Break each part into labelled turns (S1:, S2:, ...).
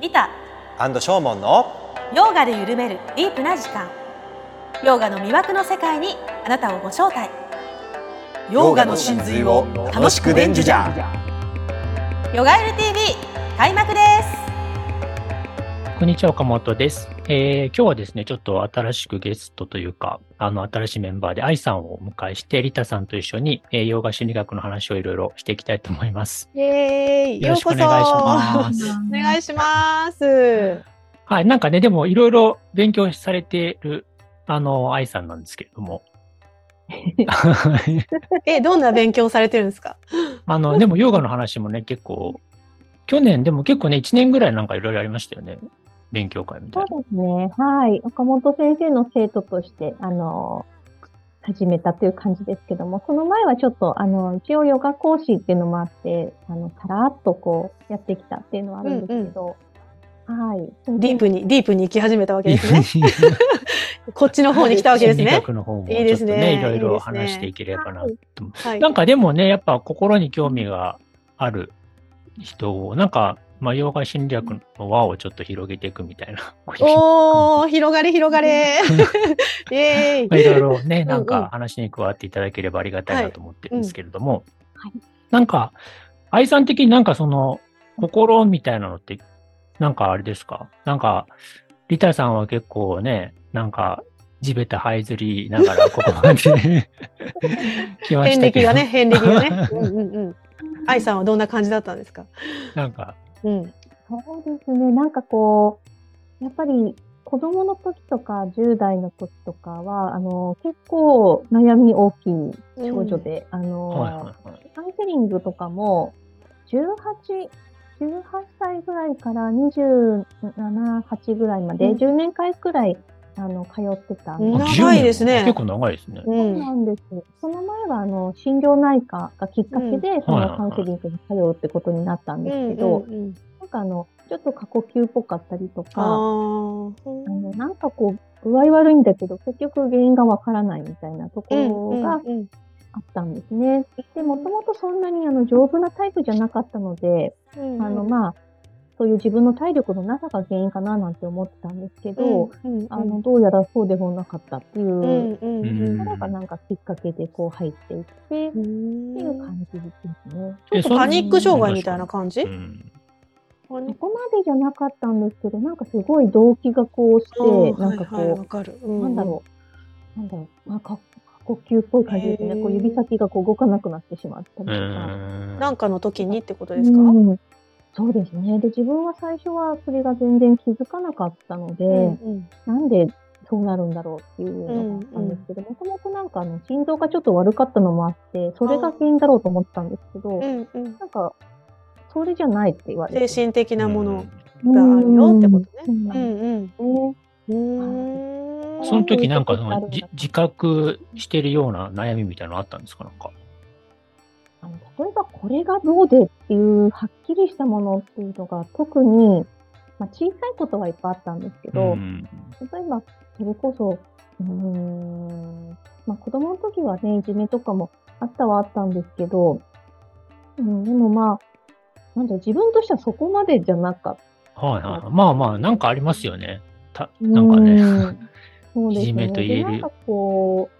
S1: リタ
S2: アンドショーモンの
S1: ヨガで緩めるディープな時間ヨガの魅惑の世界にあなたをご招待
S2: ヨガの真髄を楽しく伝授じゃ
S1: ヨガエル TV 開幕で
S3: こんにちは、岡本です。えー今日はですね、ちょっと新しくゲストというか、あの、新しいメンバーで愛さんをお迎えして、リタさんと一緒に、えー、洋画心理学の話をいろいろしていきたいと思います。
S4: イエーイ
S3: よろしくお願いします。
S4: お願いします。
S3: はい、なんかね、でもいろいろ勉強されてる、あの、愛さんなんですけれど も。
S4: え、どんな勉強されてるんですか。
S3: あの、でも、ヨガの話もね、結構、去年でも結構ね、1年ぐらいなんかいろいろありましたよね。勉強会みた
S5: そ
S3: いうな。
S5: ですね。はい。岡本先生の生徒として、あの、始めたという感じですけども、その前はちょっと、あの、一応ヨガ講師っていうのもあって、あの、さらっとこう、やってきたっていうのはあるんですけど、はい。
S4: ディープに、ディープに行き始めたわけですね。
S3: 心
S4: こっちの方に来たわけです
S3: 理
S4: ね。
S3: 学の方もち
S4: いい
S3: ょ
S4: で
S3: っと
S4: す
S3: ね、
S4: ね
S3: いろい
S4: いい
S3: ろ
S4: ですね
S3: 話していければなと
S4: はい
S3: な。んかでもね、やっぱ心に興味がある人を、なんか、まあ、洋画侵略の輪をちょっと広げていくみたいな、こういう
S4: おー、広がれ広が れ。イエー
S3: まあい
S4: イ。
S3: ろいろね、なん
S4: うんう
S3: か
S4: ん
S3: 話に加わっていただければありがたいなと思ってるんですけれども、
S5: はい
S3: なんか、愛さん的になんかその、心みたいなのって、なんかあれですかなんか、リタさんは結構ね、なんか、地べた這いずりながらここ まで来まし
S4: 遍
S3: た
S4: 歴
S3: けど、
S4: がね、遍歴が ね。うんうんうん。愛さんはどんな感じだったんですか。
S3: なんか、
S4: うん。
S5: そうですね。なんかこう、やっぱり子供の時とか10代の時とかは、あの、結構悩み大きい少女で、あの、
S3: はいはいはい。
S5: カウンセリングとかも、18、18歳ぐらいから27、8ぐらいまで、
S4: うん
S5: 10年間くらい、あの、通ってた。
S4: うん
S3: あ10
S4: 長いですね
S3: 年結構長いですね。
S4: う。
S5: そうん
S4: う。
S5: なんんです。その前は、あの、心療内科がきっかけで、そ
S3: はいはいは
S5: の
S3: い
S5: カウンセリングに通うってことになったん
S4: う
S5: です
S4: ん
S5: けど、
S4: うん。
S5: なんかあの、ちょっと過呼吸っぽかったりと
S4: あ
S5: か、
S4: ー。
S5: あの、なんかこう、具合悪いんだけど、結局原因がわからないみたいなと
S4: う
S5: こ
S4: ん
S5: ろが
S4: うんうん
S5: あったんですね。で、もともとそんなにあの、丈夫なタイプじゃなかったので、
S4: うん。
S5: あの、まあ、そういう自分の体力のなさが原因かななんて思ってたんですけど、
S4: うんうんうん
S5: あの、どうやらそうでもなかったっていう
S4: ん
S5: う、
S4: うん
S3: うん
S5: ところがなんかきっかけでこう入っていって、って
S4: うん。
S5: いう感じですね。
S4: ちょっとパニック障害みたいな感じ
S3: うん
S4: パニ
S5: そ
S4: ック
S5: こまでじゃなかったんですけど、なんかすごい動機がこうし
S4: あー
S5: て、なんかこう、
S4: はいはいわかる。な
S5: なんだろう、なんだろう、まあ、か呼吸っぽい感じですね。
S4: へー
S5: こう指先がこう動かなくなってしまったりと
S3: う
S5: か。
S3: ん。
S4: なんかの時にってことですか。
S5: うんそうですね。で、自分は最初はそれが全然気づかなかったので、
S4: うん
S5: なんでそうなるんだろうっていうのがあったんですけど、もともとなんかあの心臓がちょっと悪かったのもあって、それが原因だろうと思ってたんですけど、
S4: うんうん
S5: なんか、それじゃないって言われ
S4: 精神
S5: て。
S4: 的なもの
S5: 神
S4: があるよってことね。う
S5: う
S4: んん
S5: うん
S4: うん。うーん
S3: その時なんかそ
S5: あ
S3: の
S5: るんだ
S3: じ自覚してるような悩みみたいなのあったんですかなんか。
S5: あの例えばこれがどうでっていうはっきりしたものっていうのが特に、まあ、小さいことはいっぱいあったんですけど、
S3: うん
S5: 例えば、それこそ、うーん、まあ子供の時はね、いじめとかもあったはあったんですけど、うん、でもまあ、なんだろう自分としてはそこまでじゃなかっ
S3: はいはいはい。まあまあ、なんかありますよね。た
S5: た。
S3: なんか
S5: う
S3: ね。
S5: ん。そうですね。
S3: いじめと言える
S5: でなんかこ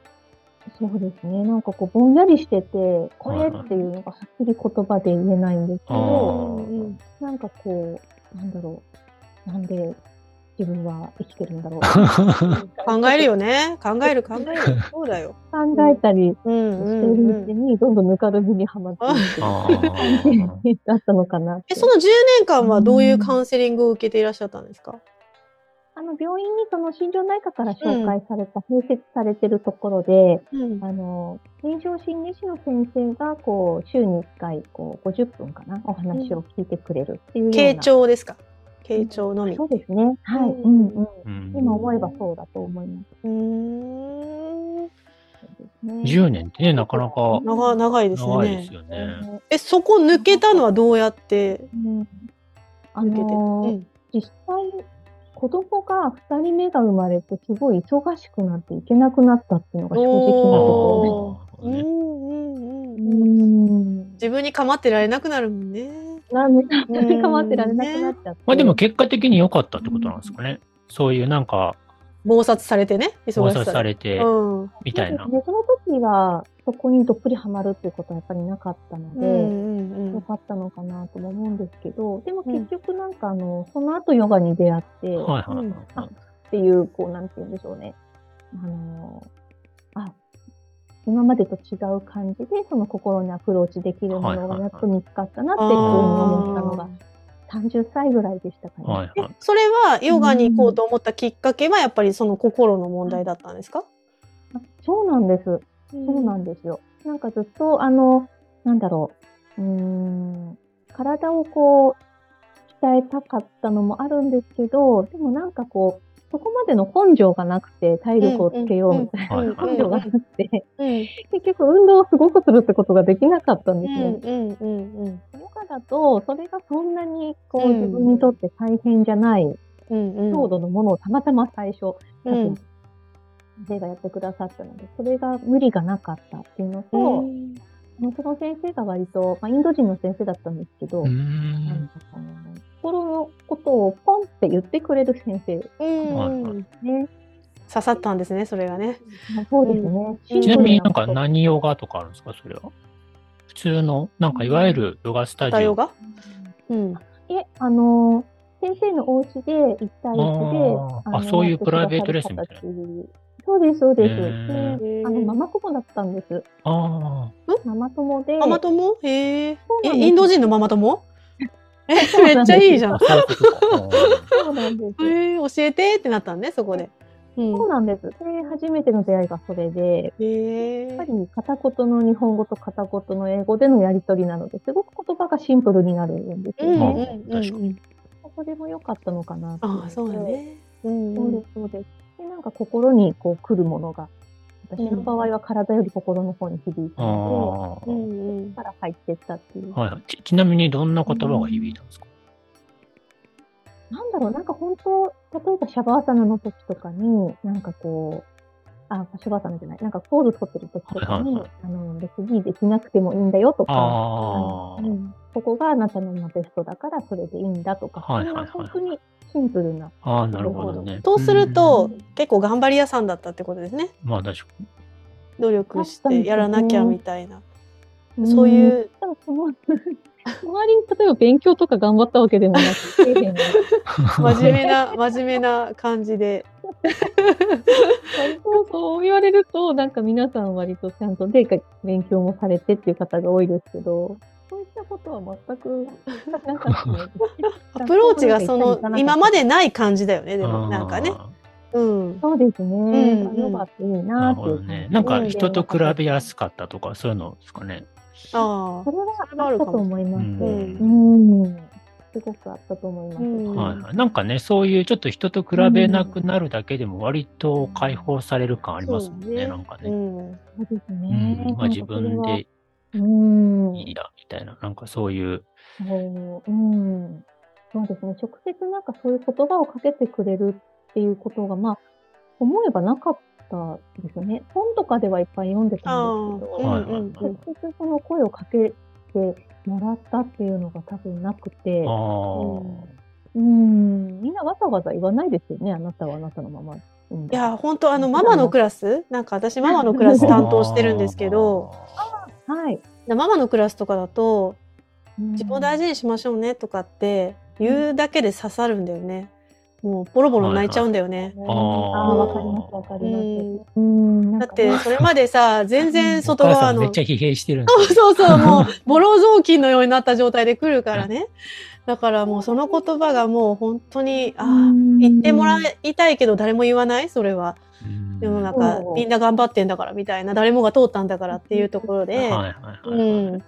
S5: う、そうですね。なんかこう、ぼんやりしてて、こ
S3: は
S5: れ
S3: いはい
S5: っていうのがはっきり言葉で言えないんですけ
S3: あ
S5: ど、
S3: ー
S5: なんかこう、なんだろう。なんで自分は生きてるんだろう。
S4: 考えるよね。考える考 える。そうだよ。
S5: 考えたり、
S4: うん
S5: し
S4: う
S5: てる
S4: ん
S5: う
S4: う
S5: ち
S4: ん。
S5: に、どんどんぬかるみにはまっていく
S3: あ
S5: 感
S3: ー
S5: じだったのかなって
S4: え、その10年間はどういうカウンセリングを受けていらっしゃったんですか。
S5: あの病院にその心療内科から紹介された、併設されてるところで、
S4: うん
S5: あの臨床心理士の先生がこう週に1回こう50分かなお話を聞いてくれるっていうような
S4: 傾聴ですか。傾聴のみ。
S5: そう
S4: う
S5: ですねはい、
S4: う
S5: うんんうん
S3: うん
S5: 今思えばそうだと思います
S4: ーん。
S5: ね
S3: 10年ってね、なかなか
S4: 長長いです
S3: 長いで
S4: ね
S3: す。よね。
S4: え、そこ抜けたのはどうやって
S5: うんあ
S4: 抜けてた。
S5: のー
S4: うん
S5: 実際、子供が2人目が生まれて、すごい忙しくなっていけなくなったっていうのが正直なとこ
S4: おーうんうんうん
S5: ろね。
S4: 自分に構ってられなくなるもんね。
S5: なんで、構ってられなくなっちゃって。
S3: まあでも結果的に良かったってことなんですかね。そういうなんか、
S4: 忙殺されてね、忙
S3: 考
S4: しさ
S3: 察
S4: で
S3: されて、
S4: うん。
S3: みたいな
S5: そう。ですねその時は、そこにどっぷりハマるっていうことはやっぱりなかったの
S4: う
S5: で、
S4: んうんう
S5: 良
S4: ん。
S5: かったのかなとも思うんですけど、でも結局なんかあの、その後ヨガに出会って、
S3: はいはいはい
S4: うん
S3: はい。
S5: っていう、こう、なんて言うんでしょうね。あのーあ、今までと違う感じで、その心にアプローチできるもの
S3: は
S5: が
S3: いはいは
S5: や
S3: い
S5: っと見つかったなっていうふうに思ったのが、30歳ぐらいでしたかね。
S3: はいはい
S4: えそれはヨガに行こうと思ったきっかけはやっぱりその心の問題だったんですか、
S5: あそうなんです。そうなんですよ。なんかずっと、あの、なんだろう。うーん、体をこう、鍛えたかったのもあるんですけど、でもなんかこう、そこまでの根性がなくて、体力をつけようみたい
S3: うんうんうん
S5: な根性がなくて、
S4: うん
S5: 結局運動をすごくするってことができなかったんですね。
S4: うんうんうん
S5: ヨガだと、それがそんなにこう、
S4: うん
S5: 自分にとって大変じゃない
S4: うんうん
S5: 強度のものをたまたま最初、
S4: う
S5: 多
S4: ん
S5: 分先生がやってくださったので、それが無理がなかったっていうのと、
S4: うん
S5: もうその先生が割と、まあ、インド人の先生だったんですけど、
S3: うー
S5: なん
S3: ん。
S5: かその心のことをポンって言ってくれる先生で
S4: うん
S3: はいは
S5: すね。
S4: 刺さったんですねそれがね。
S5: まあそうですね。
S4: うん
S3: ちなみになん
S5: シ
S3: か
S5: ンプルなこと
S3: 何ヨガとかあるんですか、それは。普通の、なんかいわゆるヨガスタ
S4: だ
S3: ジオ。
S4: よが。うん。
S5: え、あの、先生のお家で一対
S3: あ
S5: 一で
S3: ー、あ
S5: の
S3: そういうプライベートレッスンみたいな
S5: やってくださる方っていうそうです、そうです。
S3: へー
S5: であの、ママ友だったんです。
S3: あ
S5: ママ友で。
S4: ママ友？へえ。
S5: そう
S4: え
S5: なんです
S4: インド人のママ友？え
S5: う
S4: め
S5: な
S4: っ
S5: んです
S4: ちゃいいじゃ
S3: あ。
S4: ん
S3: あ。そういうことか。
S5: そうなんです。
S4: えー、教えてってなったんねそこで。うん
S5: そうなんです。で、初めての出会いがそれで、
S4: へえ
S5: やっぱ。り片言の日本語と片言の英語でのやり取りなのですごく言葉がシンプルになるんです
S4: う
S5: よ
S4: んう
S5: ね。
S4: んうんうん。
S5: それも良かったのかなと思っ
S4: あ
S5: て
S4: あそうだ。ね。うん
S5: そう
S4: う
S5: で
S4: ん
S5: す、そうです。で、なんか心にこう来るものが、私の場合は体より心の方に響いた
S3: あ
S5: の
S3: あ。
S4: う
S3: は
S4: んうん
S5: で、。から入ってったっていう。
S3: いはい。ちちなみにどんな言葉が響いたんですか
S5: なんだろう、なんか本当、例えばシャバーサナの時とかに、なんかこう、あ、シャバーサナじゃない、なんかポーズ取ってる時とか
S3: はい
S5: に
S3: はいはい、
S5: あの、別にできなくてもいいんだよとか、
S3: ああ。
S5: ここがあなたの今ベストだからそれでいいんだとか、
S3: はいはいはい
S5: それは本当にシンプルな。
S3: ああ、なるほどね。
S4: そうすると結構頑張り屋さんだったってことですね。
S3: うん、まあ確かに。
S4: 努力してやらなきゃみたいな。そ
S5: そう
S4: い
S5: うん。
S4: う。
S5: でも その周りに例えば勉強とか頑張ったわけでもなくて、底辺の
S4: 真面目な真面目な感じで。
S5: 割とそう言われると、なんか皆さん割とちゃんとで勉強もされてっていう方が多いですけど、そういったことは 全くなかったです。
S4: アプローチがその今までない感じだよねで
S3: あ
S4: も
S3: ー
S4: なんかね。うん。
S5: そうですね。
S4: ん
S5: ヨガっていい
S3: なる
S5: なって
S3: ほ
S5: いう
S3: ど
S5: 感じ
S3: ね。なんか人と比べやすかったとか、そういうのですかね。
S4: あ
S5: それは
S4: それはあ
S5: あっ
S4: る
S5: た
S4: かも
S5: と思いま
S3: う
S5: す。
S3: ん
S5: うん、すごくあったと思い
S4: あ。
S5: ます。
S4: ん
S3: はいはい。なんかね、そういうちょっと人と比べなくなるだけでも割と解放される感ありますもん
S4: そう
S3: ね、
S4: ね
S3: なんか
S4: う
S3: ね。
S4: ん。
S5: そうです
S3: う
S5: ね。
S3: ん、まあ自分で
S5: うん、
S3: いいや、みたいな。なんかそういう。
S5: そううん、そうですね。直接なんかそういう言葉をかけてくれるっていうことが、まあ、思えばなかったですね。本とかではいっぱい読んで
S4: ああ。
S5: たんです
S4: う
S5: けど、
S4: んうんうん。
S5: 直接その声をかけてもらったっていうのが多分なくて
S3: あ、
S5: うん、みんなわざわざ言わないですよね。あなたはあなたのまま。うん
S4: いや本当あのママのクラスなんか私ママのクラス
S3: あ。
S4: 担当してるんですけど
S5: はい。
S4: ママのクラスとかだと
S5: 自
S4: 自分を大事にしましょうねとかって言うだけで刺さるんだよね。もうボロボロ泣いちゃうんだよね。
S5: ね
S3: あー
S5: あー、わかります、わかります。うん、
S4: だってそれまで さ全然
S3: お
S4: 外
S3: 母さ
S4: 側
S3: ん
S4: の
S3: めっちゃ疲弊してるんで す
S4: そう
S3: よ
S4: そうそう、 もう、ボロ雑巾のようになった状態で来るからね。だからもうその言葉がもう本当に、ああ、言ってもらいたいけど誰も言わないそれは。
S3: うん
S4: 世の中
S5: うん、
S4: みんな頑張ってんだからみたいな、誰もが通ったんだからっていうところ
S3: はい
S4: で、
S3: はいは
S4: う
S3: いはい。
S4: ん、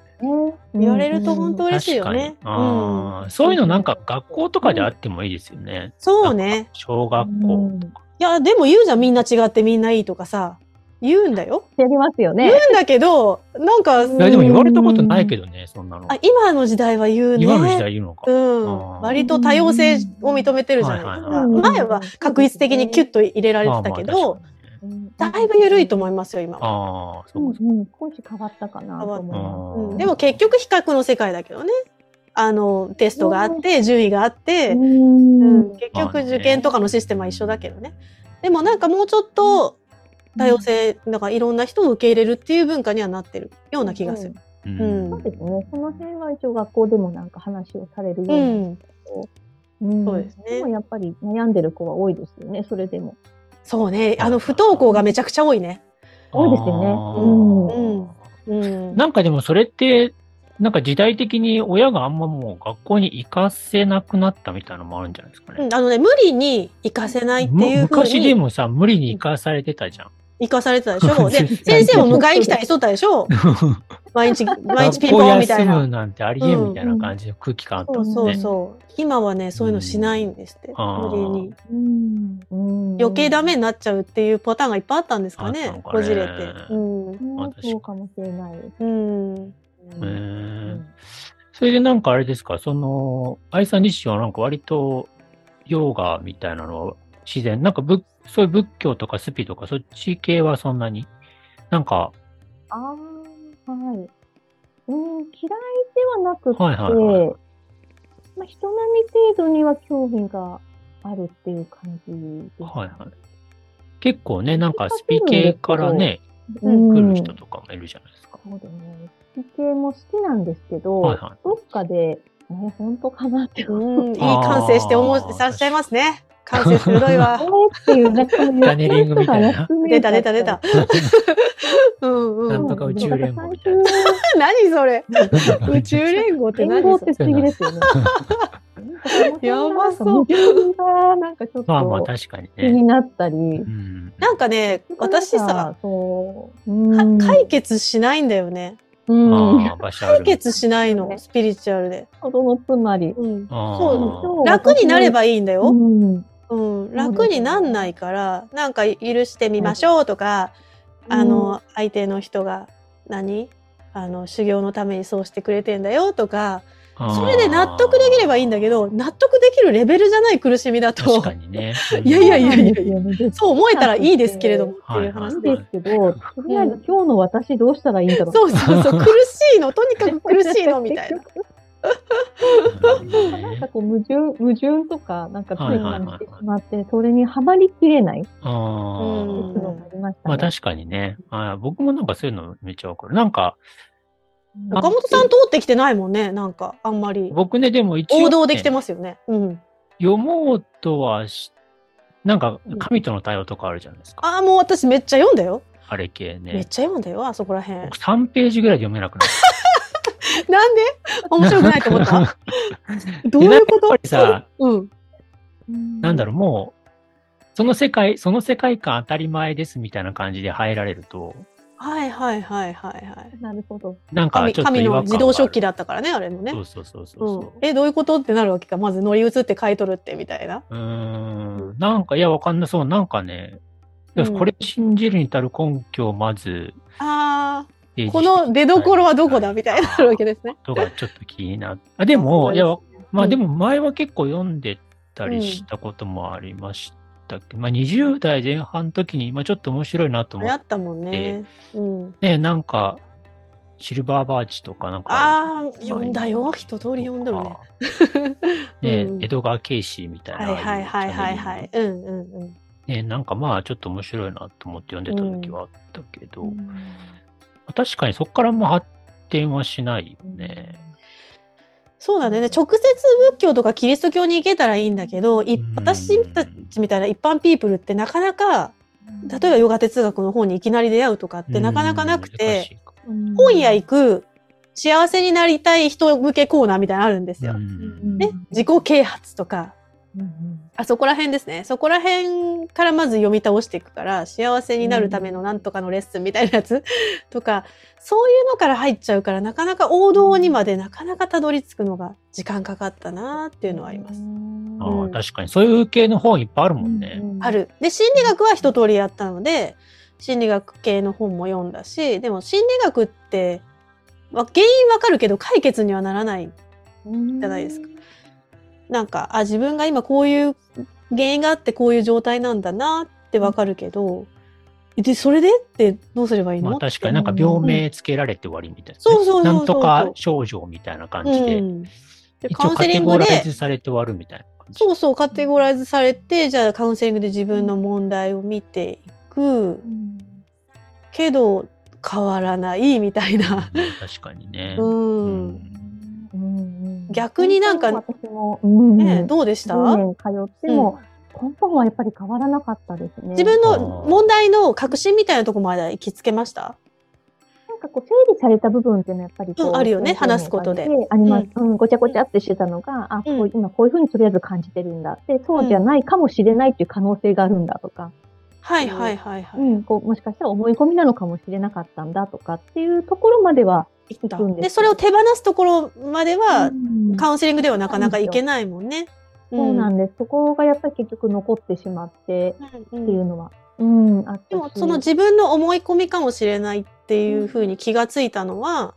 S4: 言われると本当
S5: に。
S4: 嬉しいよね
S3: 確。
S4: う
S3: かにあ
S4: ん。
S3: ーそういうのなんか学校とかであってもいいですよね。
S4: そうね。
S3: 小学校とか。
S4: いや、でも言うじゃん、みんな違ってみんないいとかさ。言うんだよ。
S5: やりますよ
S4: 言
S5: ね。
S4: うんだけど、なんか、
S5: うん
S3: いやでも言われたことないけどね、そんなの。
S4: あ今の時代は言うね。
S3: 今の時代言うのか。
S4: うん、
S3: ー
S4: 割と多様性を認めてるじゃないです
S3: はい
S4: か。
S3: はいはい
S4: 前は確率的にキュッと入れられてたけど、
S3: まあまあ確かにね
S4: だいぶ緩いと思いますよ、今は。
S3: ああ、
S5: う
S3: そう
S5: んうん、少し変わったかなと思い
S3: か
S5: ま
S3: そ
S4: うん
S3: う。
S4: でも結局比較の世界だけどね。あの、テストがあって、順位があって、
S5: ん
S4: 結
S3: ま
S4: 局
S3: あね
S4: 受験とかのシステムは一緒だけどね。でもなんかもうちょっと多様性、なんかいろんな人を受け入れるっていう文化にはなってるような気がする。
S3: う
S4: うん
S5: そうですね。その辺は一応学校でもなんか話をされるよ
S4: う
S5: うな。
S4: ん、
S5: うん
S4: そうですね
S5: でもやっぱり悩んでる子は多いですよね、それでも。
S4: そうね。あの、不登校がめちゃくちゃ多いね。
S5: 多いですよね
S3: あー
S5: うん
S4: うんうん。
S3: なんかでもそれって、なんか時代的に親があんまもう学校に行かせなくなったみたいなのもあるんじゃないですか
S4: う
S3: ね。
S4: んあのね、無理に行かせないって
S3: む
S4: いうふう
S3: 昔で
S4: に
S3: もさ、無理に行かされてたじゃん。、
S4: 行かされてたでしょ。で
S3: 絶対
S4: 先生も迎えに来たりしとったでしょ。毎日、毎日ピン
S3: 学校
S4: ポンみ たい
S3: 休
S4: な。
S3: むなんてありえんみたいな感じの空気感あった
S4: そ
S3: もん
S4: う
S3: ね。
S4: そうそう。今はね、そういうのしないんですって。
S3: んあー
S4: 無理に。
S5: うん
S4: 余計ダメになっちゃうっていうパターンがいっぱいあったんですか
S3: あっ
S4: ね。
S3: たのかね
S4: こじれて。うん。
S5: うん
S3: 私
S5: そうかもしれないです。
S4: うん。
S3: へ
S5: うん
S3: ーそれでなんかあれですか、その、愛さん自身はなんか割とヨガみたいなのは自然、なんか仏そういう仏教とかスピとかそっち系はそんなに、なんか、
S5: ああ、はい。うん、嫌いではなくって、
S3: はいはいはい
S5: まあ、人並み程度には興味があるっていう感じです。
S3: はいはい。結構ね、なんかスピ系からね、
S5: うん、
S3: 来る人とかもいるじゃないですか。
S5: そうだね。スピ系も好きなんですけど、
S3: はいはい。
S5: どっかで、ね、本当かなって思う。
S4: うん、いい感性して思
S3: あー
S4: う、さしちゃいますね。感性鋭い わ。
S5: えっていう、なんかそういう
S3: ダネリングみたいな。
S4: 出た出た出 た。。うんう。
S3: なんんとか宇宙連合みたい
S5: な。
S4: 何それ宇宙連合って
S5: 連
S4: 何
S5: 合っ
S4: それ
S5: て不思議ですよね。
S4: やばそう
S5: なんかの辺がなんかちょっ
S3: まあまあ
S5: と
S3: 確かに
S5: 気
S3: ね。
S5: になったり。
S3: うん。
S4: なんかね、私
S5: なん
S4: さ、
S5: か、そう。
S4: か
S5: うん
S4: 解決しないんだよね。
S5: うん。
S3: ああ、場所ある。
S4: 解決しないの、スピリチュアルで。
S5: そのつまり。
S4: うん。
S3: あー
S4: そ
S5: そう
S4: 楽になればいいんだよ。
S5: うん。
S4: うん、楽になんないから、なんか許してみましょうとか、あの、相手の人が何あの、修行のためにそうしてくれてんだよとか、それで納得できればいいんだけど、納得できるレベルじゃない苦しみだ
S3: 確
S4: と
S3: か、にね。
S4: いやいやいやいや
S5: や
S4: そう思えたらいいですけれどもっていう
S3: はい
S4: 話
S5: いい
S4: で。
S5: ですけど、とりあえず今日の私どうしたらいいんだろう。
S4: そうそうそう、苦しいの、とにかく苦しいのみ たいな。
S3: うん
S5: なんかこう矛盾矛盾とかなんか
S3: はい
S5: 追
S3: はいはい
S5: 感
S3: はい
S5: してしまって、それにはまりきれないって
S3: あー
S4: うん
S5: いうのがありました、
S3: ま
S5: ね。
S3: あ確かにね。あー僕もなんかそういうのめっちゃわかる。なんか、
S5: うん
S4: 岡本さん通ってきてないもんね、なんか、あんまり。
S3: 僕ね、でも一応、ね、
S4: 王道できてますよね。うん。
S3: 読もうとはし、なんか神との対応とかあるじゃないですか。
S4: ああ、もう私めっちゃ読んだよ。
S3: あれ系
S4: めっ
S3: ね。
S4: ちゃ読んだよ、あそこらへん
S3: 僕。3ページぐらいで読めなくなっ た。
S4: なんで面白くないと 思ったどういうこ
S3: やっぱ
S4: と
S3: りさ、
S4: うん。
S3: なんだろう、もう、その世界、その世界観当たり前ですみたいな感じで入られると、
S4: はいはいはいはいはい。
S5: う。なるほど。
S3: なんか
S4: 神
S3: ちょっと
S4: 神
S3: 違
S4: の
S3: 和感
S4: 自動食器
S3: だ
S4: だったからね、あれもね。
S3: そうそうそうそう
S4: うん
S3: そう。、
S4: えどういうことってなるわけかまず乗り移って買い取るってみたいな。
S3: うーんなんか、いや、わかんなそう。なんかね、いや
S4: うん
S3: これを信じるに至る根拠をまず、
S4: ああ
S3: 提示
S4: この出所はどこだみたいになるわけですね。
S3: とがちょっと気になっあでも、いや、まあでも前は結構読んでたりしたこともありましたけど、まあ20代前半の時に、まあちょっと面白いなと
S4: 流
S3: 思
S4: 行
S3: っ
S4: ったもんね。うん、
S3: て、なんか、シルバーバーチとかなんか、
S4: ああ読んだよ一通り読んだよ
S3: ね。
S4: うん
S3: 江戸川慶子みたい
S4: ね。
S3: な。
S4: はいはいはいはい
S3: ああ
S4: は
S3: う
S4: い。うんうんうん。
S3: ね、なんかまあちょっと面白いなと思って読んでた時はあったけど、
S5: うん
S3: 確かにそこからも発展はしないよね。
S4: そうだね直接仏教とかキリスト教に行けたらいいんだけどい
S3: うん
S4: 私たちみたいな一般ピープルってなかなか例えばヨガ哲学の方にいきなり出会うとかってなかなかなく
S3: うん難
S4: て
S3: しいか
S4: 本屋行く幸せになりたい人向けコーナーみたいなのあるんですよ。
S3: うん
S4: ね、自己啓発とか
S5: うん
S4: あそこら辺ですねそこら辺からまず読み倒していくから幸せになるためのなんとかのレッスンみたいなやつ とかそういうのから入っちゃうからなかなか王道にまでなかなかたどり着くのが時間かかったなっていうのはあります。
S3: あ
S4: う
S3: あ
S4: ん
S3: 確かにそういう系の本いっぱいあるもんね。
S4: あ。るで心理学は一通りやったので心理学系の本も読んだしでも心理学ってわ原因わかるけど解決にはならないじゃないですか。なんかあ自分が今こういう原因があってこういう状態なんだなってわかるけどでそれでってどうすればいいの、
S3: まあ確かになんか病名つけられて終わりみたいなね、
S4: そうそうそうそう
S3: なんとか症状みたいな感じで、
S4: うんで
S3: 一
S4: カ
S3: 応
S4: ウン
S3: カ
S4: セリ
S3: テ
S4: ン
S3: ゴ
S4: グ
S3: ラ
S4: で
S3: イズされて終わるみたいな感じ。
S4: そうそうカテゴライズされてじゃあカウンセリングで自分の問題を見ていくけど変わらないみたいな。
S3: うん確かにね。
S4: う、
S3: うんん
S4: 逆になんか
S5: 私も、うん
S4: ねどうでした、
S5: 10年通っても、根本はやっぱり変わらなかったですね。
S4: 自分の問題の核心みたいなところまで行きつけました
S5: なんかこう整理された部分っていうのはやっぱりこう、
S4: うんあるよね
S5: 表現の
S4: 話すことで
S5: 場あります、うんごちゃごちゃってしてたのが、あこ
S4: う
S5: うん今こういうふうにとりあえず感じてるんだでそうじゃないかもしれないっていう可能性があるんだとか、
S4: はいはいはいはい。
S5: うんこうもしかしたら思い込みなのかもしれなかったんだとかっていうところまでは、
S4: 行った
S5: 行くんですよ
S4: でそれを手放すところまでは、
S5: うん
S4: カウンセリングではなかなか行けないもんね。
S5: そうなんんです、そこがやっぱり結局残ってしまって
S4: う
S5: ってい
S4: ん
S5: うのは、うんあったし
S4: でもその自分の思い込みかもしれないっていうふうに気がついたのは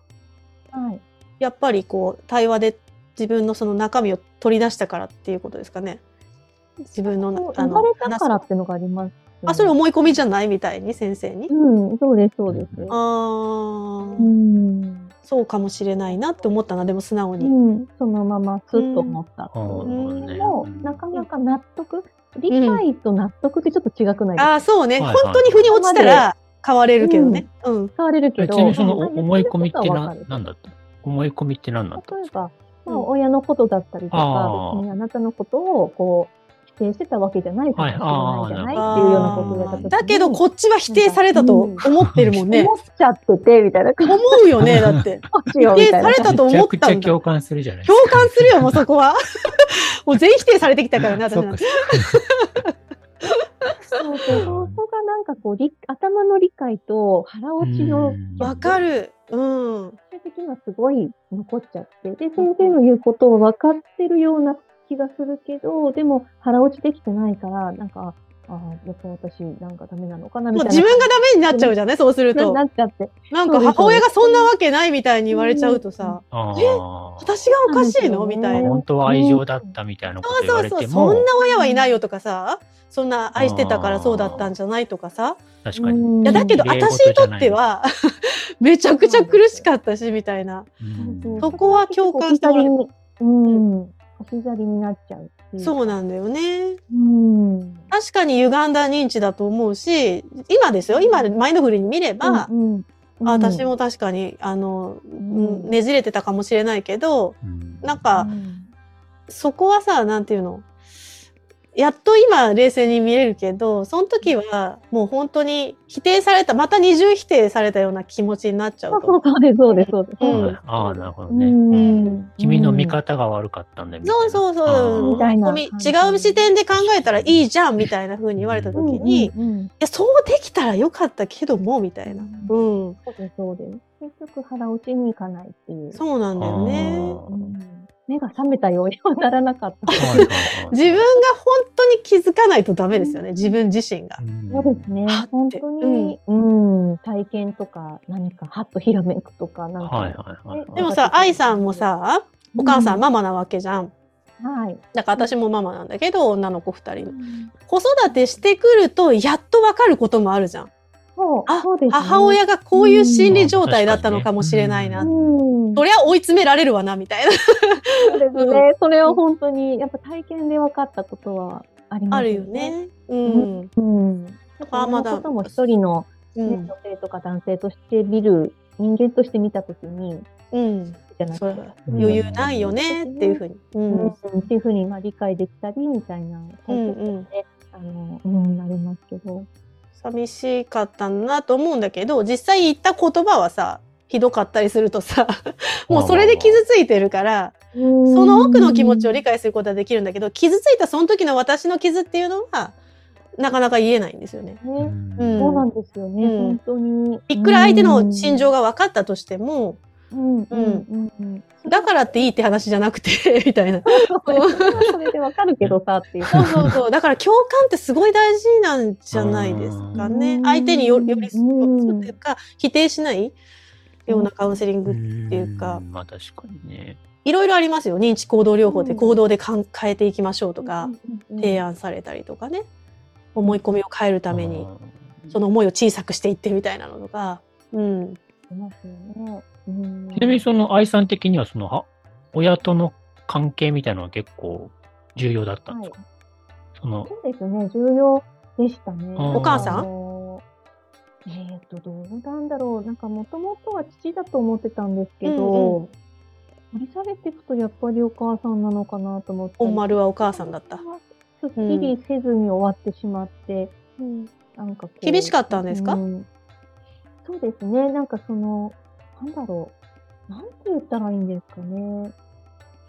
S5: はい、
S4: やっぱりこう対話で自分のその中身を取り出したからっていうことですかね。自分の
S5: そう
S4: あ
S5: 言
S4: の
S5: われたから
S4: 話
S5: っ
S4: す
S5: ていうのがあります、
S4: あそれ思い込みじゃないみたいに先生に。
S5: うんそうですそうです。
S4: あー
S5: うん
S4: そうかもしれないなって思ったなでも素直
S5: う
S4: に。
S5: ん、そのまますっと思った。
S3: うん
S5: でも
S3: うん
S5: なかなか納得、理解と納得ってちょっと違くないですか
S4: ああそうね、
S3: はいはい
S4: 本当に腑に落ちたら変われるけどね。うん。
S5: 使われるけ
S3: え
S5: ど、
S3: ちなみにその
S5: まあ
S3: 思い込みってな
S5: 言ることは
S3: なんだ
S5: わ
S3: った思い込みって何なんだった
S5: かる例えば、ま
S4: う
S5: あ、
S4: ん
S5: 親のことだったりとか
S3: あ、ー
S5: 別にあなたのことをこう否定してたわけじゃないかもしれないじゃない、
S3: は
S5: っていうようなことをやった時に
S4: だけどこっちは否定されたと思ってるもんね。
S5: 思っちゃっててみたいな感
S4: 思うよ ねだって。
S5: じしようみたいな
S4: 否定されたと思ったんだ
S3: めちゃくちゃ共感するじゃないです
S4: 共
S3: か。
S4: 感するよもうそこは。 もう全否定されてきたからね私
S3: そ
S4: な
S3: っ
S4: ん
S3: か
S4: て。
S3: そっ
S5: そうそうそこがなんかこう理頭の理解と腹落ちの
S3: うん
S4: わかる。うん。
S5: 最終的にはすごい残っちゃって、で、先生の言うことを分かってるような気がするけど、でも腹落ちできてないから、なんか、ああ、やっぱ私なんかダメなのかなみ
S4: も
S5: た
S4: う
S5: い
S4: 自
S5: な。
S4: 分がダメになっちゃうじゃないそうすると
S5: な。っちゃって。
S4: なんか母親がそんなわけないみたいに言われちゃうとさ、
S3: あー
S4: 私がおかしいのみたいな。
S3: 本当は愛情だったみたいなこと言
S4: そ
S3: わ
S4: う
S3: れ
S4: そうそう
S3: て
S4: そ
S3: も
S4: んな親はいないよとかさそんな愛してたからそうだったんじゃないとかさ
S3: 確かに。
S4: いやだけど
S3: 綺麗
S4: 私
S3: 事
S4: に
S3: じ
S4: と
S3: ゃない
S4: っては めちゃくちゃ苦しかったしみたいな
S3: うん
S4: そこは共感してもらえる
S5: 置き去りにうん。置き去りになっちゃうっていう。
S4: そうなんだよね
S5: うん。
S4: 確かに歪んだ認知だと思うし今ですよ今マインドフルに見れば、
S5: うんうん
S4: あ私も確かにあの、うん
S5: うん
S4: ねじれてたかもしれないけど
S3: うん
S4: なんかそこはさなんていうのやっと今冷静に見れるけどその時はもう本当に否定されたまた二重否定されたような気持ちになっちゃ
S5: そう
S4: う
S5: そう
S4: と。
S5: そうです、そうです、そうです。
S4: うん
S3: ああ、なるほど
S5: う
S3: ね。
S5: ん
S4: うん
S3: 君の見方が悪かったんだよみたい
S4: そうそう
S3: な。
S4: そう、
S3: あー
S5: みたいな
S4: 込み違う視点で考えたらいいじゃんみたいな風に言われた
S5: うん
S4: 時に、い
S5: うんうん
S4: やそうできたらよかったけどもみたいな、うん、
S5: そうです、そうです。結局腹落ちにいかないっていう。
S4: そうなんだよね。
S5: う。ん目が覚めたようにはならなかった。
S3: はいはいはい
S4: 自分が本当に気づかないとダメですよね自分自身が。
S5: そうですね
S4: はっ。て
S5: 本当に、うん、体験とか、何か、はっとひらめくとか、なんか。
S3: はいはいはいはい。
S4: でもさ愛さんもさお母さんママなわけじゃん。
S5: はい。
S4: だから私もママなんだけど女の子2人の。子育てしてくるとやっとわかることもあるじゃん。
S5: そう、
S4: あ
S5: そうですね
S4: 母親がこういう心理状態だったのかもしれないな。
S5: う。
S3: うん
S4: そりゃ追い詰められるわなみたいな。
S5: そうですね。それは本当に、やっぱ体験で分かったことはあります、
S4: あるよ。ね。うん
S5: ん。うん。
S4: なんか
S5: あ、
S4: あ
S5: ま
S4: ま
S5: だ。
S4: だ
S5: こと。も一人の、
S4: う
S5: ね
S4: ん
S5: 女。性とか男性として見る、人間として見たときに、
S4: うん。
S5: じゃなく
S4: そ
S5: て
S4: れ。は余裕ないよねっていうふうに。うん。
S5: うんっていうふうにまあ理解できたりみたいな
S4: う
S5: 体
S4: ん
S5: 験と
S4: うん。
S5: して、あのうん、なりますけど。
S4: 寂しかったなと思うんだけど、実際言った言葉はさ、ひどかったりするとさ、もうそれで傷ついてるから、そ
S5: そ
S4: の奥の気持ちを理解することはできるんだけど、傷ついたその時の私の傷っていうのは、なかなか言えないんですよね。
S5: ね、
S4: うん
S5: そうなんですよね、
S4: うん
S5: 本当に。
S4: いくら相手の心情
S5: が、
S4: が分かったとしても、
S5: うんうんうんうん、
S4: だからっていいって話じゃなくて、 みたいな。
S5: それはそれでわかるけどさっていう。
S4: そうそうそう。だから共感ってすごい大事なんじゃないですか
S5: う
S4: ね
S5: ん。
S4: 相手によ寄り
S5: うん
S4: 添うというか、否定しないようなカウンセリング。
S3: って
S4: いうか
S3: まあ確かにね。
S4: いろいろありますよ。認知行動療法で
S5: うん
S4: 行動でかん変えていきましょうとか、提
S5: 案
S4: 案されたりとかね。思い込みを変えるために
S3: あ、ー。
S4: その思いを小さくしていってみたいなのとか。うん。
S5: しますよね。うん
S3: ちなみにその愛さん的にはそのは親との関係みたいなのは結構重要だったんですか、
S5: は
S3: その、
S5: そうですね、重要でしたね。
S3: あーお母
S4: さん
S5: あのえっ、と、どうなんだろう。なんか、もともとは父だと思ってたんですけ
S4: うん
S5: ど、掘り下げていくと、やっぱりお母さんなのかなと思って。
S4: 本丸はお母さんだった。
S5: すっきりせずに終わってしまって、なんかこう
S4: 厳しかったんですか
S5: うんそうですね。なんかその、なんだろう。なんて言ったらいいんですかね。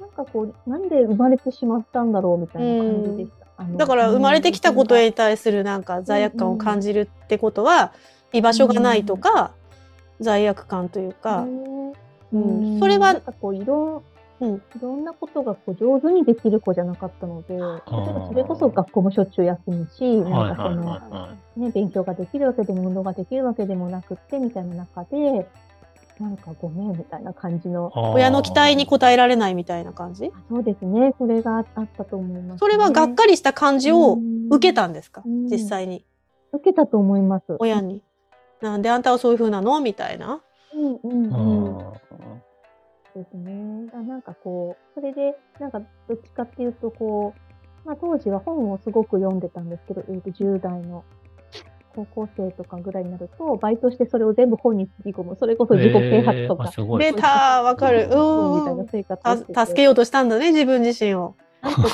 S5: なんかこう、なんで生まれてしまったんだろうみたいな感じでした。あの
S4: だから生まれてきたことに対するなんか罪悪感を感じるってことは居場所がないとか罪悪感というか、
S5: ね
S4: うんそれは
S5: なんかこういろん、
S4: うん
S5: いろんなことがこう上手にできる子じゃなかったので、例えばそれこそ学校もしょっちゅう休むし、
S3: は
S5: ないんかそ
S3: はい
S5: の、
S3: はいはい。
S5: ね、勉強ができるわけでも運動ができるわけでもなくってみたいな中で、なんかごめんみたいな感じの、
S3: あー
S4: 親の期待に応えられないみたいな感じ
S5: あそうですね、それがあったと思います、ね。
S4: それはがっかりした感じを受けたんですか、
S5: うん
S4: 実際に
S5: 受けたと思います。
S4: 親に。なんであんたはそういう風なのみたいな。
S5: うんうん
S3: あ
S5: うん。
S3: ー
S5: ですね。だなんかこう、それで、なんかどっちかっていうと、こう、まあ当時は本をすごく読んでたんですけど、えーと10代の高校生とかぐらいになると、バイトしてそれを全部本につぎ込む、それこそ自己啓発と
S3: えーあ
S5: か、
S3: すごい
S4: 出たわかる。うん
S5: 本みたい
S4: うん
S5: な生活を
S4: た
S5: してて
S4: 助けようとしたんだね自分自身を。
S5: なんかこう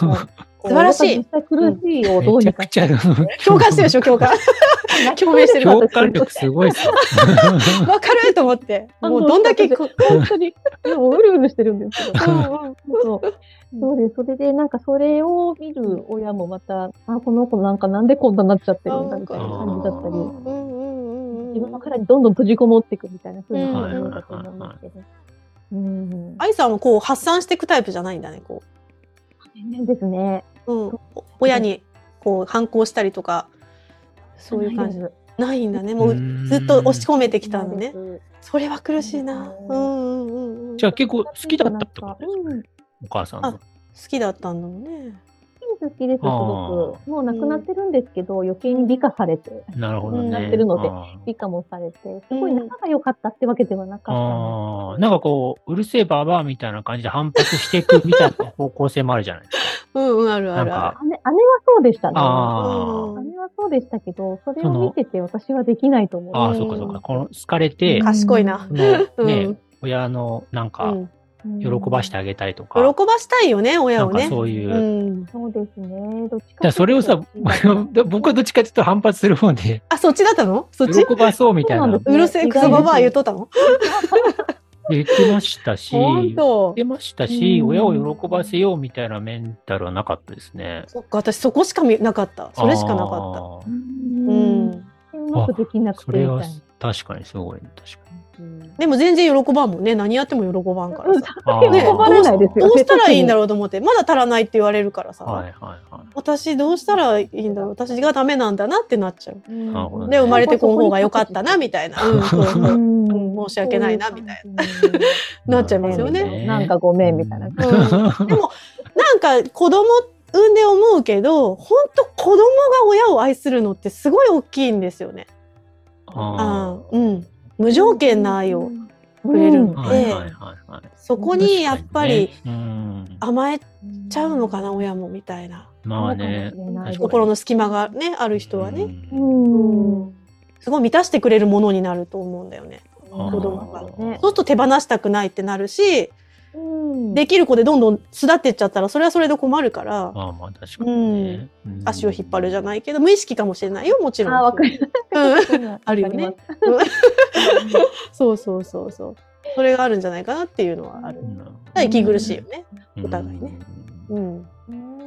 S4: 素晴らし
S5: 実
S4: い。
S5: 際苦しいをどう
S3: めち
S5: に
S3: ゃ
S5: か
S3: くちゃ、
S4: 共感してるでしょ共感。共鳴してる
S3: 共感力すごいっすね。
S4: わかると思って。
S5: あ
S4: もうどんだけこ
S5: 本当に、もううるうるしてるんですけど。そう
S4: うん
S5: そうです。それで、なんかそれを見る親もまた、あ、この子なんかなんでこんなになっちゃってるんだみたいな感じだったり
S4: う、んうんうんうんうん
S5: 自分の殻にどんどん閉じこもっていくみたいな風な感じ
S4: うん
S5: だと思うんですけど。うん。
S4: 愛さんはこう発散していくタイプじゃないんだねこ
S5: 全然ですね。
S4: う、うん、お親にこう反抗したりとかそういう感じ
S5: ないで
S4: ないんだねもう
S3: ーん
S4: ずっと押し込めて
S5: す
S4: きたんだね
S5: ないです
S4: それは苦しいなう
S5: う
S4: う
S5: ん
S4: んうんうん
S3: じゃあ
S4: 好
S3: 結構好きだったってことですか、
S5: うん
S3: お母さん
S4: あ
S3: の。
S4: きだったんだもんね
S5: 好きです、すご
S3: あ
S5: く。もう亡くなってるんですけど、余計に美化されて、
S3: なるほどね。
S5: なってるので
S3: あー
S5: 美化もされて、すごい仲が良かったってわけではなかった
S3: あーなんかこう、うるせえばばあみたいな感じで反発していくみたいな方向性もあるじゃない ですか。
S4: うんうんあるある
S3: なん
S4: あ
S3: か
S5: んです。姉、姉はそうでしたね。
S3: あ
S4: うん
S5: 姉はそうでしたけど、それを見てて私はできないと思
S3: あ、あ
S5: う
S3: あ、そうかそうか。この好かれて
S4: る
S5: うん、
S4: 賢いな
S3: そ、の
S4: う
S3: ね
S4: ん、
S3: 親のなん
S4: う
S3: か、
S4: ん、
S5: うん。
S3: 喜ばしてあげたりと
S4: 喜
S3: か、
S4: ばしたいよね親
S3: な
S4: を
S3: んか
S4: ね
S3: そういうう。
S4: ん
S5: そうですね。どっちか
S3: じゃあそれをさ、僕はどっちかちょっと反発する方で、
S4: あそっちだったのそっち
S3: 喜ばそうみたい
S5: そうな
S3: なん
S5: です
S4: うるせえクソババア言っとったの
S3: 言ってましたし、
S4: 本
S3: 言っ
S4: 当
S3: てましたし、
S5: うん
S3: 親を喜ばせようみたいなメンタルはなかったですね。
S4: そっか私そこしか見なかったそれしかなかった
S3: っ
S5: うん。
S4: う
S5: う
S4: ん
S5: んうまくできなく
S3: それ
S5: てみ
S3: は
S5: たいな。
S3: 確かにすごいね、確かに。
S4: でも全然喜ばんもんね。何やっても喜ばんからさ。
S3: あ
S5: 喜
S3: ー
S5: ばれないですよ
S4: ど
S5: ね。
S4: うしたらいいんだろうと思って、まだ足らないって言われるからさ。
S3: はいはいはい。
S4: 私どうしたらいいんだろう私がダメなんだなってなっちゃう。
S5: 特に。
S3: なるほどね
S4: で、生まれてこん方が良かったな、みたいな。うん、そうそうう。
S5: ん
S4: うん申し訳ないなみたい
S5: な。
S4: なっちゃいますよね。
S5: なんかごめんみたいな。
S4: うん、でも、なんか子供産んで思うけど、本当子供が親を愛するのってすごい大きいんですよね。あ
S3: あ
S4: ーうん。無条件な愛をくれる
S3: あ。
S4: の
S3: は
S4: で、
S3: いはいはいはい。
S4: そこにやっぱり
S3: 確かにね、うん
S4: 甘えちゃうのかな、親もみたいな。
S3: まあね。確かに
S4: 心の隙間がねある人はね、
S5: う
S3: うん
S5: ん。
S4: すごい満たしてくれるものになると思うんだよね
S5: 子供がね
S4: そうすると手放したくないってなるし
S5: うん
S4: できる子でどんどん巣立ってっちゃったらそれはそれで困るから
S3: まあまあ確かにね。うん
S4: 足を引っ張るじゃないけど無意識かもしれないよもちろん
S5: あ、わか
S4: う
S5: り
S4: ん
S5: ます。
S4: あるよね
S5: わか
S4: そうそうそうそうそれがあるんじゃないかなっていうのはある
S3: う
S4: だか
S3: ん
S4: ら息苦しいよねお互いね。うん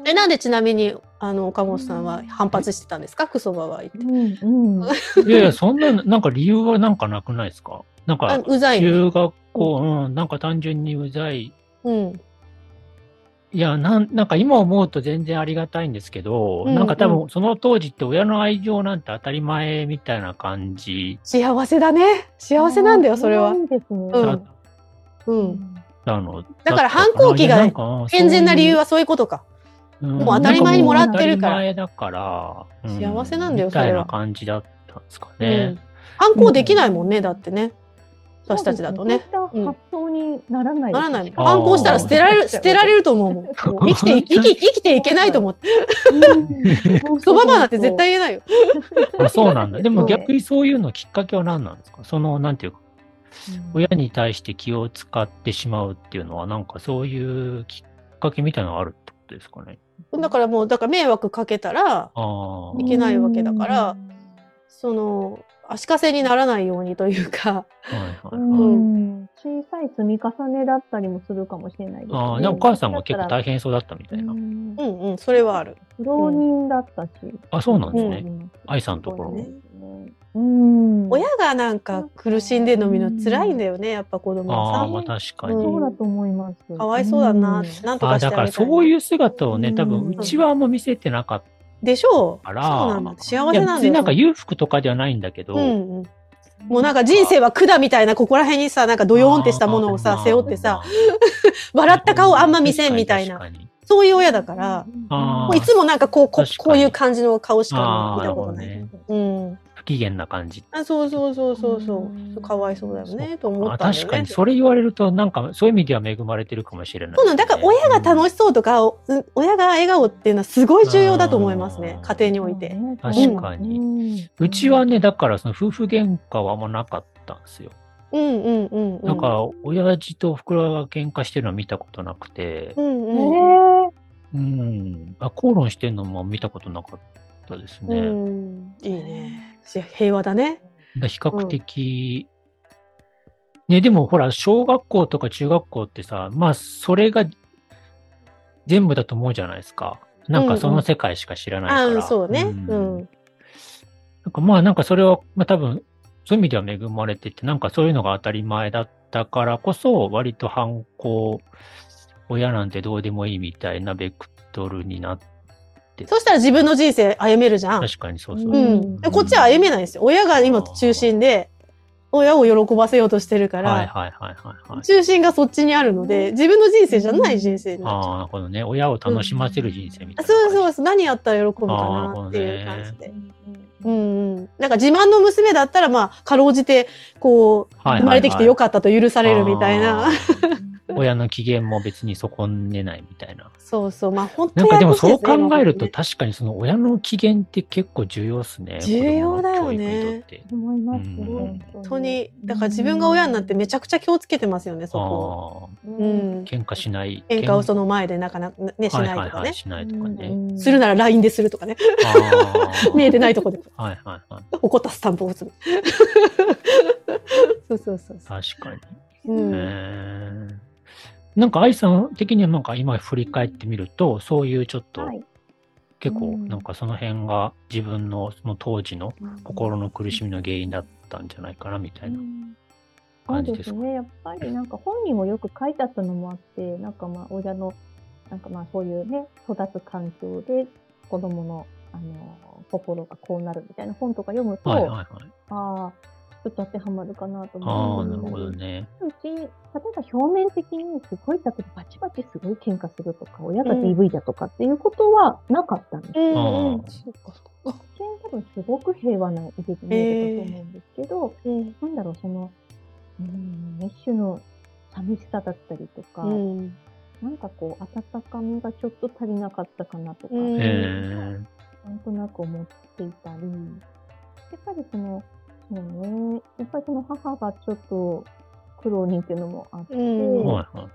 S4: えなんでちなみにあの岡本さんは反発してたんですかクソババア言って
S5: ります。うん。うん。
S3: いやいや、そんな、なんか理由はなんかなくないですかなん
S4: あ
S3: か、
S4: うざいの
S3: 中学校、うん、なんか単純にうざい。
S4: うん
S3: いや、なん、なんか今思うと全然ありがたいんですけど、
S4: うん
S3: なんか多分その当時って親の愛情なんて当たり前みたいな感じ
S4: 幸せだね幸せなんだよそれは
S5: 幸せですね。
S4: う
S3: だ
S4: んうん
S3: ったの。
S4: だから反抗期が健全な理由はそういうことか
S3: も
S4: もう当
S5: たり前にもら
S4: ってるから
S3: 当たり前だから、う
S4: 幸せなんだよ
S3: み
S4: それは
S3: たいな感じだったんですか
S4: う
S3: ね
S4: ん。反抗できないもんね、だってね。私たちだとね。
S5: そうですそういった発想にならないで
S4: な
S5: す
S4: らない。
S3: あー
S4: 反抗したら捨てられる、捨てられると思うもん。
S5: も
S4: 生きて、生き、生きていけないと思って。
S5: う
S4: そばばなんて絶対言えないよ。
S3: あそうなん だ。でも逆
S5: に。
S3: にそういうのきっかけは何なんですかその、なんていうか、親に対して気を使ってしまうっていうのは、なんかそういうきっかけみたいなのがあるってことですかね。
S4: だからもう、だから迷惑かけたら、
S3: あ
S4: いけないわけだからその、足かせにならないようにというか、
S3: あ、はいは
S5: う
S3: いはい。
S5: ん。小さい積み重ねだったりもするかもしれないですね。
S3: ああ、でもお母さんが結構大変そうだったみたいな
S5: う。ん
S4: うんうん、それはある。
S5: 浪人だったし。
S3: あ、そうなんです
S5: う
S3: ね。
S5: ん
S3: 愛さんのところも。
S5: うん。
S4: 親がなんか苦しんでるの見るの辛いんだよね、やっぱ子供
S3: ああ、
S4: は
S3: まあ確か
S4: うん
S3: に。
S5: そうだと思います。
S4: さ。かわいそうだな、
S5: うん
S4: なんと
S3: あ
S4: か
S3: あ、
S4: してあげ
S3: だか
S4: た
S3: らそう
S4: い。
S3: いう姿をね、多分
S5: うん
S3: うちはあんま見せてなかっ
S4: でしょう。そ
S3: あ
S4: う
S3: ら
S4: なんだ。幸せ
S3: た。いや、
S4: なんだ
S3: 別に
S4: よ。
S3: なんか裕福とかではないんだけ
S4: うん
S3: ど、
S4: うん。もうなんか人生は管みたいな、ここら辺にさ、なんかドヨーンってしたものを
S3: あ
S4: さ
S3: ー、
S4: 背負ってさ、、
S3: ま
S4: 笑った顔あんま見せんみたい
S3: 確
S4: な、
S3: かに
S4: そういう親だから、
S3: あ
S4: も
S3: ー
S4: ういつもなんかこう、こ
S3: 確かに
S4: こういう感じの顔しか見
S3: あ
S4: た
S3: ー
S4: ことな
S3: なる
S4: い
S3: ほ。
S4: うん。
S3: 不機嫌な感じ。
S4: あ、そうそうそうそうそうう。
S5: ん
S4: かわいそうだよね、と思
S3: あ
S4: ったんだよね。
S3: 確かに、それ言われると、なんか、そういう意味では恵まれてるかもしれない、
S4: そうなんだから親が楽
S3: し
S4: しそうとか、うん親が笑顔っていうのはすごい重要だと思いますね、
S3: あー
S4: 家庭において。
S3: 確かに
S5: に
S3: うちはね、だから、その夫婦喧嘩はあんまなかったんですよ。
S4: うんうんうんうん。
S3: なんか、親父とおふくろが喧嘩してるの見たことなくて
S4: う、んう
S5: え
S4: ん。
S5: ー
S3: うん、あ口論してるのも見たことなかったですね。だか
S4: うん、いいね。し平和だね。
S3: ら比較的、ね、でもほら、小学校とか中学校ってさ、まあ、それが全部だと思うじゃないですか。なんかその世界しか知らないから。
S4: ああ、そうね。
S3: ん
S4: うん。
S3: なんかまあなんかそれは、まあ多分、そういう意味では恵まれてて、なんかそういうのが当たり前だったからこそ、割と反抗、親なんてどうでもいいみたいなベクトルになって、
S4: そしたら自分の人生歩めるじゃん。
S3: 確かにそうそう。
S4: う
S5: に
S4: ん。でこっちは歩めないんですよ。親が今中心で、親を喜ばせようとしてるか
S3: はい
S4: ら、
S3: はいはいはい、はい。
S4: 中心がそっちにあるので、自分の人生じゃない人生になっち
S3: ああ、
S4: ゃ
S3: なるほどね。親を楽しませる人生み
S4: う。
S3: たいな
S4: そう
S3: 感じ。
S4: そううそう。何やったら喜ぶか
S3: あー
S4: なっていう
S3: なる
S4: 感
S3: ほどね
S4: じで。うんうん、なんか自慢の娘だったら、まあ、かろうじて、こう、
S3: はいはいはい
S4: 生まれてきてよかったと許されるみたいな。
S3: 親の機嫌も別に損ねないみたいな。
S4: そうそう、まあ、本当
S3: なん
S4: に
S3: か
S4: や
S3: で
S4: や
S3: も
S4: こしい
S3: そ
S4: で
S3: う
S4: すね
S3: 考えると
S4: 今
S3: 確かにその親の機嫌って結構重要ですね。
S4: 重要だよね
S3: 子供の教育にとって。
S5: 思います
S3: う
S5: ね
S3: ん
S5: 本
S4: 本当に、だから自分が親になってめちゃくちゃ気をつけてますよね、そこ。
S3: ああ、
S5: う
S4: うんん。
S3: 喧嘩しない。
S4: 喧嘩を
S3: そ
S4: その前でなかなかね、しないとか
S3: はいはいは
S4: ね
S3: い、。しないとかね。
S4: するなら LINE でするとか ね。
S3: ああ
S4: 見えてないとこで
S3: はいはいはい。
S4: 怒ったスタンプを打つ。 そうそうそうそ
S3: 確かに。
S4: う。う
S3: へ
S4: ん。
S3: えなんか愛さん的にはなんか今振り返ってみると、そういうちょっと
S5: はい
S3: 結構
S5: うん
S3: なんかその辺が自分のその当時の心の苦しみの原因だったんじゃないかなみたいな
S5: そう
S3: 感じ
S5: で
S3: ですすか。
S5: ね。やっぱりなんか本人もよく書いてあったのもあって、なんかまあ親の、なんかまあそういうね、育つ環境で子供の、あの、心がこうなるみたいな本とか読むと、
S3: はいはいはい。
S5: ああ、ちょっと当てはまるかなと
S3: あ
S5: 思
S3: あ、
S5: うんで
S3: なる
S5: すけ
S3: ほどね。
S5: うち、例えば表面的にすごい、例えばバチバチすごい喧嘩するとか、親が DV だとかっていうことはなかったんです。
S4: うんうん
S3: あー
S4: そっかそっか
S5: 一見多分すごく平和な家で見えてたと思うんですけど、
S4: うん
S5: なんだろう、その、うん、一種の寂しさだったりとか、
S4: うん
S5: なんかこう、温かみがちょっと足りなかったかなとか、
S4: うん
S3: へえ
S5: なんとなく思っていたり、やっぱりその、そうね、やっぱりその母がちょっと苦労人っていうのもあって、
S4: うん
S3: はいはいはい。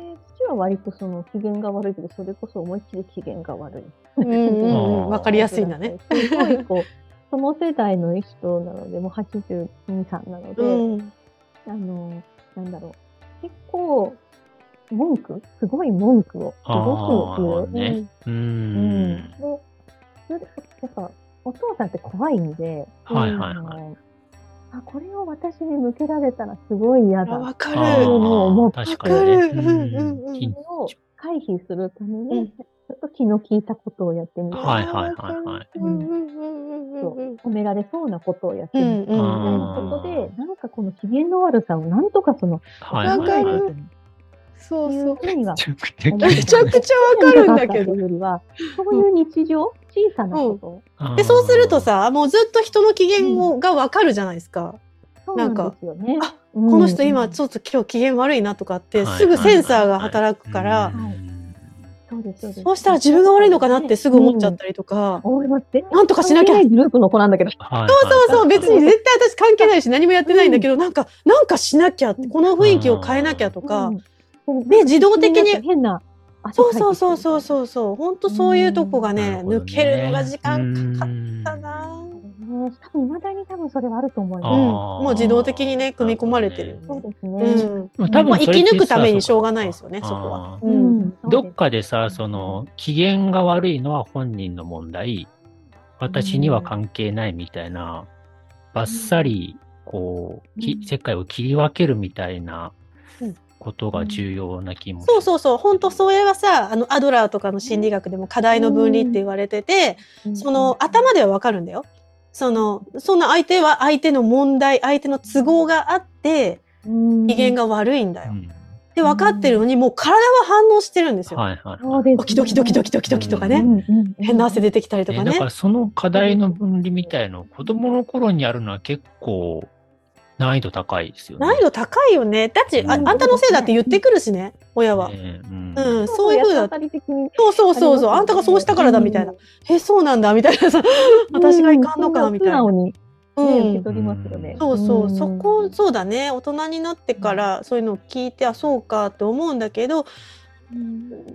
S5: で父は割とその機嫌が悪いけど、それこそ思いっきり機嫌が悪い。
S4: うんうんうんわかりやすいんだね。。
S5: すごいこう、その世代の人なので、もう82、3なので、
S4: うん。
S5: あの、なんだろう。結構、文句すごい文句を、す
S3: ああ、なるほ
S5: ご
S3: ど
S5: く言う。
S3: ね。うー
S5: うんん。で、。それやっぱ、お父さんって怖いんで、
S3: はいはい
S5: あ
S3: はい。
S5: のあ、これを私に向けられたらすごい嫌
S4: あ、
S5: だ。
S4: わか
S5: あー
S4: る。
S3: ああ、確かにね。
S4: わかるうんうんうん
S3: 緊
S5: それを回避するために、
S4: うん
S5: ちょっと気の利いたことをやってみたり、
S3: はいはいはいはい。
S4: うんうんうんうんうんうん。
S5: 褒められそうなことをやって
S4: う
S5: みたり
S4: んうん
S5: み
S4: う
S5: たい
S4: ん。
S5: なことで、なんかこの機嫌の悪さをなんとかその、
S3: はい
S4: わ
S3: は
S4: か
S3: いはい。
S4: る
S5: ってい
S4: そう
S5: う
S4: そう。
S5: ふ うには
S3: めちゃく
S4: めちゃくちゃわかるんだけ ど。
S5: よりは、そういう日常、小さなこと、
S3: ゃ
S4: で、そうすると、さ、もうずっと人の機嫌をがわかるじゃないですか。
S5: そうそうなんですよ
S4: な
S5: ね。
S4: んか
S5: こ
S4: この人今ちょっと今日機嫌悪いなとかって
S3: はい
S4: すぐセンサーが働くから
S5: いそうですそうです
S4: そうしたら自分が悪いのかなってすぐ思っちゃったりとか
S5: 思います。
S4: なんとかしなきゃ
S5: 関係いグループの子なんだけど。
S3: そう
S4: そうそう別に絶対私関係ないし何もやってないんだけどなんかなんかしなきゃってこの雰囲気を変えなきゃとか
S5: うん
S4: で自動的に
S5: 変な。
S4: そうそうそうそうそうそう本当そういうとこがね
S3: うん
S4: 抜けるのが時間かかった
S3: うん
S4: な
S5: うん。多分未だに多分それはあると思い
S3: あ
S4: うん
S5: ま
S3: ー
S4: もう自動的にね組み込まれてるよ
S5: す。そう
S4: ね
S5: です
S4: う
S5: ね。
S4: ん
S3: まあ多分
S4: まあ
S3: それって
S4: 生き抜くために
S3: さ
S4: しょうがないですよね
S3: あー
S4: そこは
S5: う
S4: うん
S5: ん
S3: どっかでさ、その、機嫌が悪いのは本人の問題、私には関係ないみたいな、ばっさり、こう、き世界を切り分けるみたいな
S4: うん
S3: ことが重要な気も
S4: そうそうそう本当それはさあのアドラーとかの心理学でも課題の分離って言われてて、その頭ではわかるんだよそのそんな相手は相手の問題相手の都合があって
S5: うん
S4: 機嫌が悪いんだ
S3: う
S4: よ、
S3: ん
S4: で分かってるのにもう体は反応してるんですよ、
S3: はいはい
S5: そ
S3: は
S5: う
S3: い。
S5: です
S4: ドキドキドキドキドキドキとかね、
S3: うん
S4: 変な汗出てきたりと
S3: え
S4: か
S3: だ
S4: ね
S3: からその課題の分離みたいの、子供の頃にやるのは結構難易度高いですよね。
S4: 難易度高いよねだってああ
S3: うん
S4: んたのせいだって言ってくるしね親は、
S3: ねうん
S4: うんそういうふうだ
S5: たり的に。
S4: そうそうそうそうあんたがそうしたからだみたいな、えそうなんだみたいなさ私がいかんのかなみたいな、
S5: うんうん素直にね受け取ります
S3: う
S5: よね。
S3: ん
S4: そうそう、
S5: ん
S4: そこそうだね大人になってからそういうのを聞いてあそうかって思うんだけど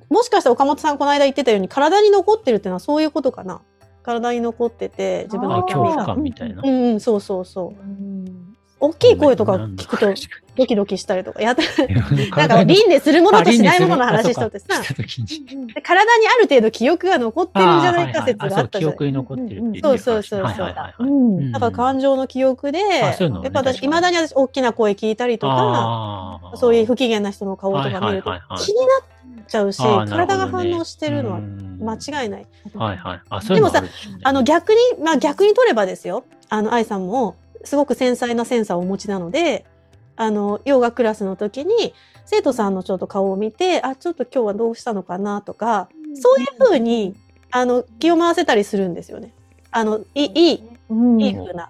S4: もしかしたら岡本さんこの間言ってたように体に残ってるっていうのはそういうことかな体に残ってて自分
S3: あ
S4: の痛
S3: 恐
S4: み
S3: 怖
S4: が
S3: 感みたいな。
S4: うんうんそうそうそう
S5: うん
S4: 大きい声とか聞くとドキドキしたりとかやってな んか
S3: 体に
S4: 輪廻するものとしないものの
S3: あ輪
S4: 話し
S3: 廻する
S4: とってさ
S3: あそうか した時に
S4: で体にある程度記憶が残ってるんじゃないか説があったじゃな
S3: あはいはいあそう記
S4: い
S3: 憶に残ってるってい
S4: うんそうそうそう
S3: はいはいはいは
S5: う
S3: い
S5: ん
S3: うん
S4: だから感情の記憶で、
S3: あそういうのもね
S4: やっぱ私
S3: 確か
S4: い
S3: に
S4: まだに私大きな声聞いたりとか。
S3: あー
S4: そういう不機嫌な人の顔とか見ると
S3: はいはいはいはい
S4: 気になっちゃうし、
S3: あーなるほど
S4: 体
S3: ね
S4: が反応してるのは
S3: うん
S4: 間違いない。
S3: はいはい。あ、そういうのもあるでしょうね
S4: あの、逆に、まあ逆に取ればですよ。あの、愛さんもすごく繊細なセンサーをお持ちなので、あの、ヨガクラスの時に生徒さんのちょっと顔を見て、あ、ちょっと今日はどうしたのかなとか、そういうふうに、あの、気を回せたりするんですよね。あの、いい、いい、
S5: うん
S4: いい風な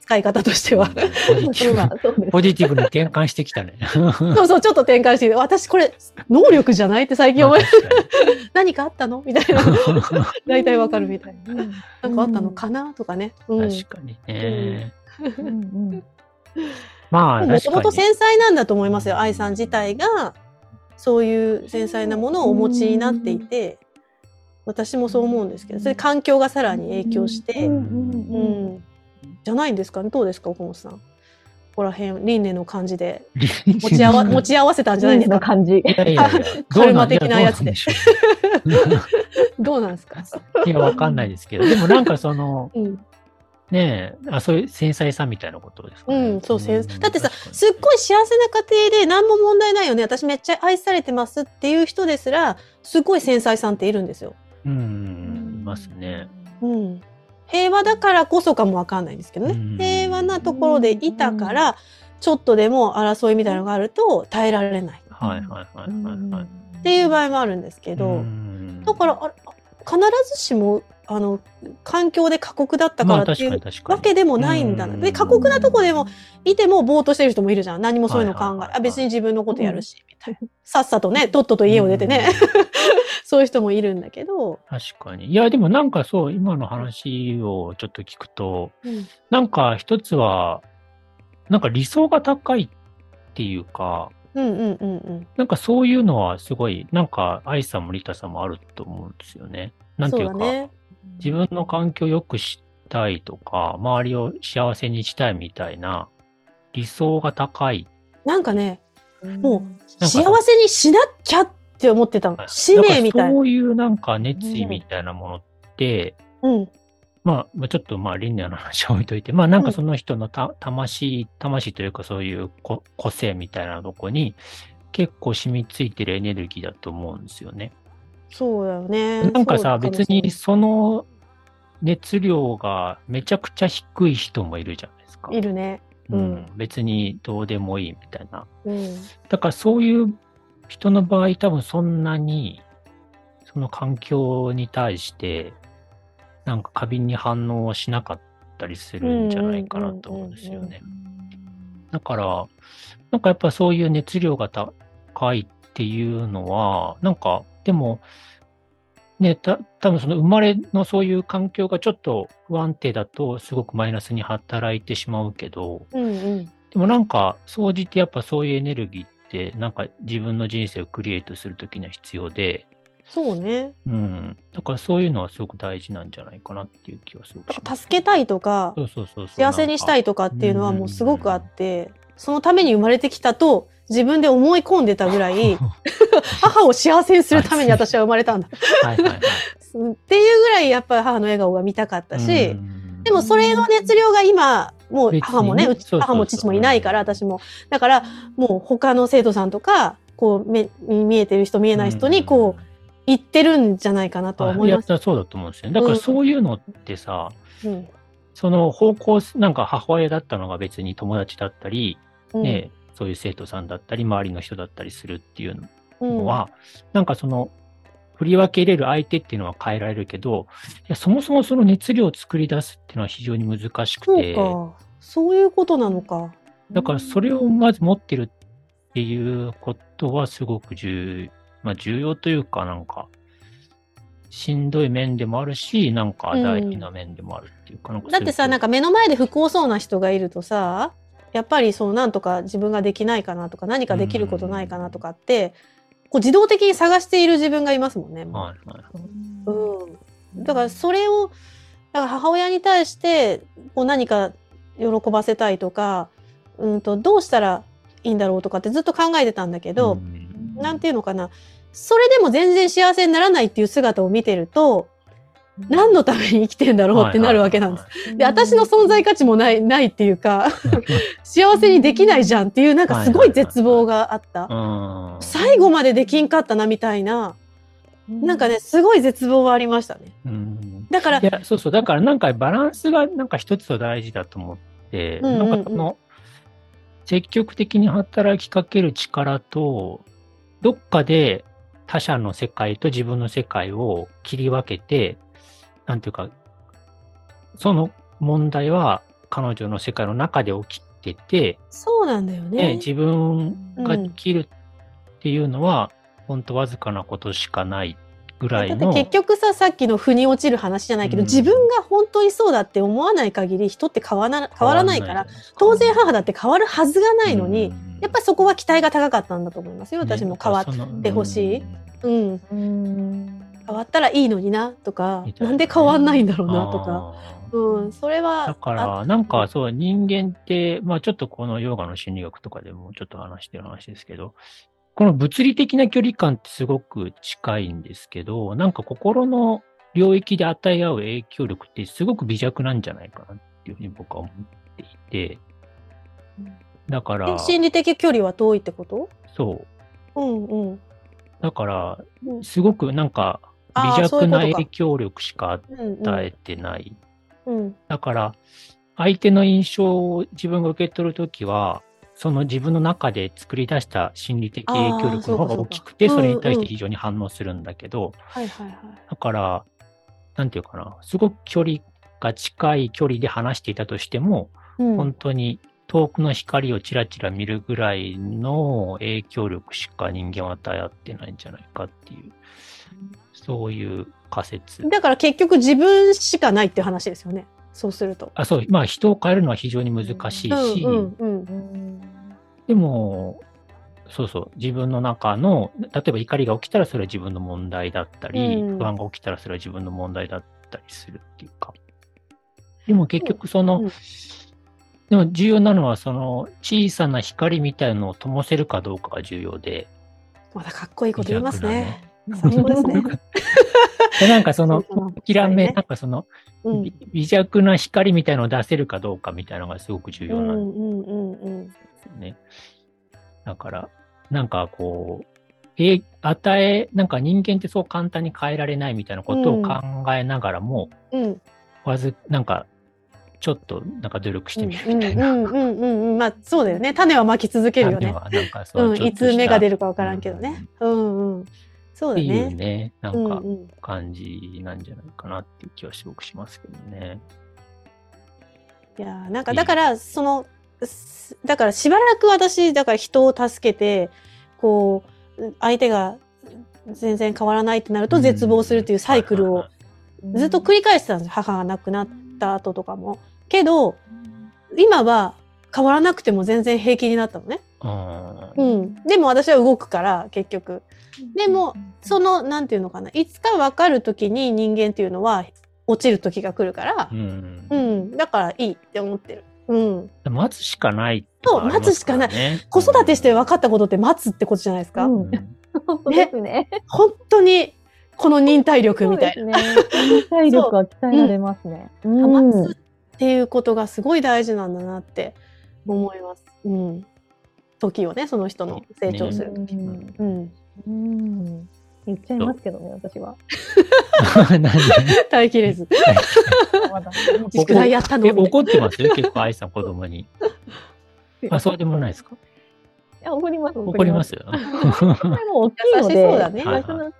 S4: 使い方としては。
S3: ポジティブ
S5: そうです
S3: ポジティブに転換してきたね。
S4: そうそう、ちょっと転換して、私これ、能力じゃないって最 近思い、何かあったのみたいな。
S3: 確か
S4: 大体わかるみたいな。
S5: うん
S4: なんかあったのかなとかね。うん
S3: に確かにね。
S5: うんうん
S3: まあ、
S4: もともと
S3: 確かに
S4: 繊細なんだと思いますよ。愛さん自体が、そういう繊細なものをお持ちになっていて、私もそう思うんですけど、それ環境がさらに影響して
S5: う、んうん
S4: う
S5: うん
S4: ん。じゃないんですかね。どうですか、岡本さん。ここら辺、輪廻の感じ で持ち合 わ持ち合わせたんじゃないです
S5: の
S4: か。
S5: 感じ。
S3: いやいやいや
S4: カルマ的なやつで。
S3: どうなんいやどうなんでしょ
S4: どうなんですか。
S3: ういや、わかんないですけど。でもなんかその、
S4: うん、
S3: ねえ、あ、そういう繊細さみたいなことですかね。
S4: うん、そう繊細。だってさ、
S3: 確かに
S4: すっごい幸せな家庭で何も問題ないよね。私めっちゃ愛されてますっていう人ですら、すごい繊細さんっているんですよ。
S3: うん、いますね。
S4: うん、平和だからこそかもわかんないんですけどね、
S3: うん
S4: 平和なところでいたから、ちょっとでも争いみたいなのがあると耐えられないっ
S3: はいはいはいはいはい。
S4: ていう場合もあるんですけど、
S3: うん
S4: だからあれ必ずしもあの環境で過酷だった
S3: ま
S4: か
S3: あ
S4: らって
S3: 確
S4: い
S3: か
S4: う
S3: に確かに
S4: わけでもないんだな、
S3: うん
S4: で過酷なとこでもいてもぼーっとしてる人もいるじゃん何もそういうの考え、
S3: はいはいはいはい
S4: あ別に自分のことやるし、みたいなさっさとねとっとと家を出てね、そういう人もいるんだけど、
S3: 確かに。いや、でもなんかそう、今の話をちょっと聞くと、
S4: うん
S3: なんか一つは、なんか理想が高いっていうか、
S4: うんうんうんうん
S3: なんかそういうのはすごい、なんか愛さんもリタさんもあると思うんですよね。なんて
S4: そ
S3: いううか、
S4: だね
S3: 自分の環境を良くしたいとか、周りを幸せにしたいみたいな理想が高い。
S4: なんかねもう
S3: なんか
S4: 幸せにしなきゃって思ってたの。使命みた
S3: なんか
S4: いな。
S3: そういうなんか熱意みたいなものって、
S4: うん。
S3: まあまあ、ちょっとまあ、リンネアの話は置いといて、まあ、なんかその人のた魂、魂というかそういうこ個性みたいなとこに、結構染みついてるエネルギーだと思うんですよね。
S4: そうだよね。
S3: なんかさ、
S4: そう
S3: 別にその熱量がめちゃくちゃ低い人もいるじゃないですか。
S4: いるね。
S3: う
S4: うん
S3: ん。別にどうでもいいみたいな。
S4: うん。
S3: だからそういう人の場合、多分そんなに、その環境に対して、なんか過敏に反応はしなかったりするんじゃないかなと思うんですよね。だから、なんかやっぱそういう熱量が高いっていうのは、なんか、でも、ね、た多分その生まれのそういう環境がちょっと不安定だと、すごくマイナスに働いてしまうけど、
S4: うんうん
S3: でもなんか、総じてやっぱそういうエネルギーって、なんか自分の人生をクリエイトするときには必要で、
S4: そうね
S3: うん。だからそういうのはすごく大事なんじゃないかなっていう気はすごくします。
S4: 助けたいとか
S3: そうそうそうそう。
S4: 幸せにした
S3: い。
S4: いとかっていうのはもうすごくあってそのために生まれてきたと自分で思い込んでたぐら い母を幸せにするために私は生まれたんだ
S3: はい はいはい。
S4: っていうぐらいやっぱり母の笑顔が見たかったし、
S3: うん
S4: でもそれの熱量が今もう母もね
S3: 別にね
S4: うち
S3: そうそうそう
S4: 母も父もいないから私もだからもう他の生徒さんとかこう目見えてる人見えない人にこう言ってるんじゃないかなとは思い
S3: や
S4: ま
S3: っ
S4: す。
S3: たらそうだと思うんですよね。だからそういうのってさ、
S4: うん
S3: その方向、なんか母親だったのが別に友達だったり、
S4: うん
S3: ね、そういう生徒さんだったり、周りの人だったりするっていう
S4: うん
S3: のは、なんかその、振り分けれる相手っていうのは変えられるけど、いやそもそもその熱量を作り出すっていうのは非常に難しく
S4: そう
S3: て、
S4: かそういうことなのか。
S3: だからそれをまず持ってるっていうことはすごく重,、まあ、重要というかなんかしんどい面でもあるしなんか
S4: うん
S3: 大事な面でもあるっていうか,、なんか
S4: だってさなん
S3: か
S4: か目の前で不幸そうな人がいるとさやっぱりそのなんとか自分ができないかなとか何かできることないかなとかってこう自動的に探している自分がいますもんね。もう
S3: はいはい、
S4: うん、だからそれをだから母親に対してこう何か喜ばせたいとか、うん、とどうしたらいいんだろうとかってずっと考えてたんだけど、
S3: ん
S4: なんていうのかなそれでも全然幸せにならないっていう姿を見てると何のために生きてんだろうってなるわけなんです。で私の存在価値もないないっていうか幸せにできないじゃんっていうなんかすごい絶望があった。
S3: はいはいはい
S4: 最後までできんかったなみたいな、なんかね、すごい絶望はありましたね。
S3: うんうん
S4: だから
S3: い、やそうそうだからなんかバランスがなんか一つは大事だと思って、
S4: うんうんうん
S3: なんかその積極的に働きかける力とどっかで他者の世界と自分の世界を切り分けてなんていうかその問題は彼女の世界の中で起きてて、
S4: そうなんだよ
S3: ね、
S4: ね。
S3: 自分が切るっていうのは、ほんとわずかなことしかないぐらい
S4: だっ
S3: の。
S4: て結局ささっきの腑に落ちる話じゃないけど、
S3: うん
S4: 自分が本当にそうだって思わない限り人って変わな変わらないから当然母だって変わるはずがないのに、
S3: うん
S4: やっぱりそこは期待が高かったんだと思いますよ私も変わっ,、てほしいうん、変わったらいいのになとか
S3: みたい
S4: な
S3: なん
S4: で変わんないんだろうなとか、
S3: と
S4: うん、それは
S3: だか
S4: あ
S3: ら、なんかそう、人間って、まあちょっとこのヨガの心理学とかでもちょっと話してる話ですけど、この物理的な距離感ってすごく近いんですけど、なんか心の領域で与え合う影響力ってすごく微弱なんじゃないかなっていうふうに僕は思っていて、だから
S4: え、心理的距離は遠いってこと
S3: そう、
S4: うんうん
S3: だから
S4: う、ん
S3: すごくなんか
S4: あー
S3: 微
S4: そうい
S3: 弱
S4: うこ
S3: な
S4: とか
S3: 影響力しか
S4: うんうん
S3: 与えてない
S4: うん
S3: だから、相手の印象を自分が受け取るときは、その自分の中で作り出した心理的影響
S4: あー
S3: 力
S4: そう
S3: の
S4: か
S3: 方が
S4: そう
S3: 大
S4: か
S3: きくて、
S4: うん
S3: それに対し
S4: うん
S3: て非常に反応するんだけど、
S4: はいはいはい
S3: だから、なんていうかな、すごく距離が近い距離で話していたとしても、
S4: うん
S3: 本当に遠くの光をちらちら見るぐらいの影響力しか人間は与え合ってないんじゃないかっていう、そういう仮説。
S4: だから結局自分しかないっていう話ですよね。そうすると。
S3: あそう、まあ人を変えるのは非常に難しいし、
S4: うんうんうん。
S3: でも、そうそう、自分の中の、例えば怒りが起きたらそれは自分の問題だったり、
S4: うん
S3: 不安が起きたらそれは自分の問題だったりするっていうか。でも結局その、
S4: うん
S3: でも重要なのはその小さな光みたいなのを灯せるかどうかが重要で。
S4: まだかっこいいこと言いますね。
S3: 微
S4: 最
S3: 弱
S4: 高ですね。
S3: でなんかその、
S4: そうそう
S3: きらめ、
S4: そうね
S3: なんかその、
S4: うん
S3: び微弱な光みたいのを出せるかどうかみたいなのがすごく重
S4: う
S3: 要な
S4: ん
S3: んで
S4: うんうんうん。
S3: ですよね。だから、なんかこう、え与え、なんか人間ってそう簡単に変えられないみたいなことを考えながらも、
S4: うん
S3: わず、なんか、ちょっと、なんか努力してみる
S4: うん
S3: みたいな。
S4: うんうんうんうんまあそうだよね種はまき続けるよね
S3: 感じはなんかそうう、
S4: ん
S3: ちょっ
S4: い
S3: とした
S4: つ芽が出るかわからんけどねうんうんそう
S3: っ
S4: だ
S3: ていう
S4: ね
S3: ね、な
S4: うんん
S3: か
S4: うん
S3: 感じなんじゃないかなっていう気はすごくしますけどね。
S4: いやーなんかだからそのすだからしばらく私だから人を助けてこう相手が全然変わらないってなると絶望するっていうサイクルをずっと繰り返してたんですよ母が亡くなった後とかも。けど今は変わらなくても全然平気になったのね。
S3: うん
S4: うん、でも私は動くから結局。でもそのなんていうのかないつか分かる時に人間っていうのは落ちる時が来るから
S3: う、ん
S4: う。ん、だからいいって思ってる。うん、
S3: 待つしかないって
S4: そう
S3: のはありますらね。
S4: 子育てして分かったことって待つってことじゃないですか。
S5: う
S3: うんん。
S5: 本当ですね。
S4: 本当にこの忍耐力 みたいな。
S5: な。体力は鍛えられますね。うん
S4: 待つっていうことがすごい大事なんだなって思います。うん、時をねその人の成長する時。
S5: うん
S4: うん、
S5: うん言っちゃいますけどね、私は。
S3: 何
S4: 耐えきれず。
S5: まだ
S4: 宿題やったの
S3: え、
S4: みたいな
S3: 怒ってますよ、結構愛さん子 供に。あ、そうでもないですか
S5: いや怒ります。
S3: 怒りますよ。
S5: これも大きいので、
S4: 優しそうだね
S5: 最初の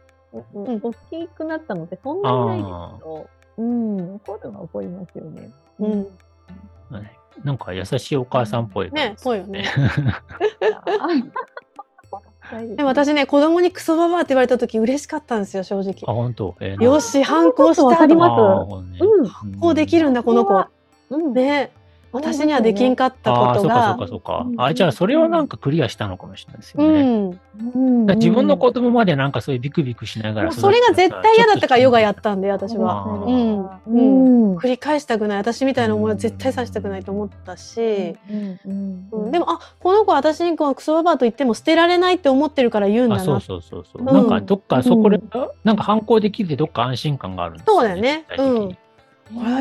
S5: うん
S4: うん
S5: 大きくなったのでそんなにないです
S3: あ
S5: けど、うん、怒るのは怒りますよね。
S4: うん、
S3: あ。なんか優しいお母さんっぽい。
S4: ねぽいよね。
S5: で
S4: でも私ね子供にクソババアって言われた時嬉しかったんですよ正
S3: あ、
S4: 直。
S3: 本当。えー
S4: よし反抗し
S5: ちょっとわ
S4: た
S5: かり
S4: と
S5: ま
S4: か
S5: す
S3: あーほんね
S5: うん
S3: うん
S4: こうできるんだこの子は。
S5: うん、
S4: ね私にはできんかった
S3: あ
S4: こ
S3: あ、
S4: と
S3: そうか
S4: が
S3: そうかそうか
S5: う。ん
S3: あ、じゃあそれはなんかクリアしたのかもしれないです
S4: う
S3: よね。
S4: ん、も
S5: うん
S3: だから自分の子供までなんかそういうビクビクしながら
S4: う
S3: 育
S4: それが
S3: て
S4: 絶
S3: たら
S4: 対嫌だったからヨガやった
S3: ちょ
S4: んで私は
S3: あー
S5: う、
S4: うん
S5: うん
S4: 繰り返したくない私みたいな思いは絶対させたくないと思ったし、
S5: うん
S4: うんでもあこの子は私にこのクソババアと言っても捨てられないって思ってるから言うん
S3: っと
S4: だ
S3: あそ
S4: な
S3: うそうそうそう、
S4: うん
S3: なんかどっかそこで、なんか反抗できるってどっか安心感があるんです
S4: そうだよね
S3: 絶対的に
S4: これは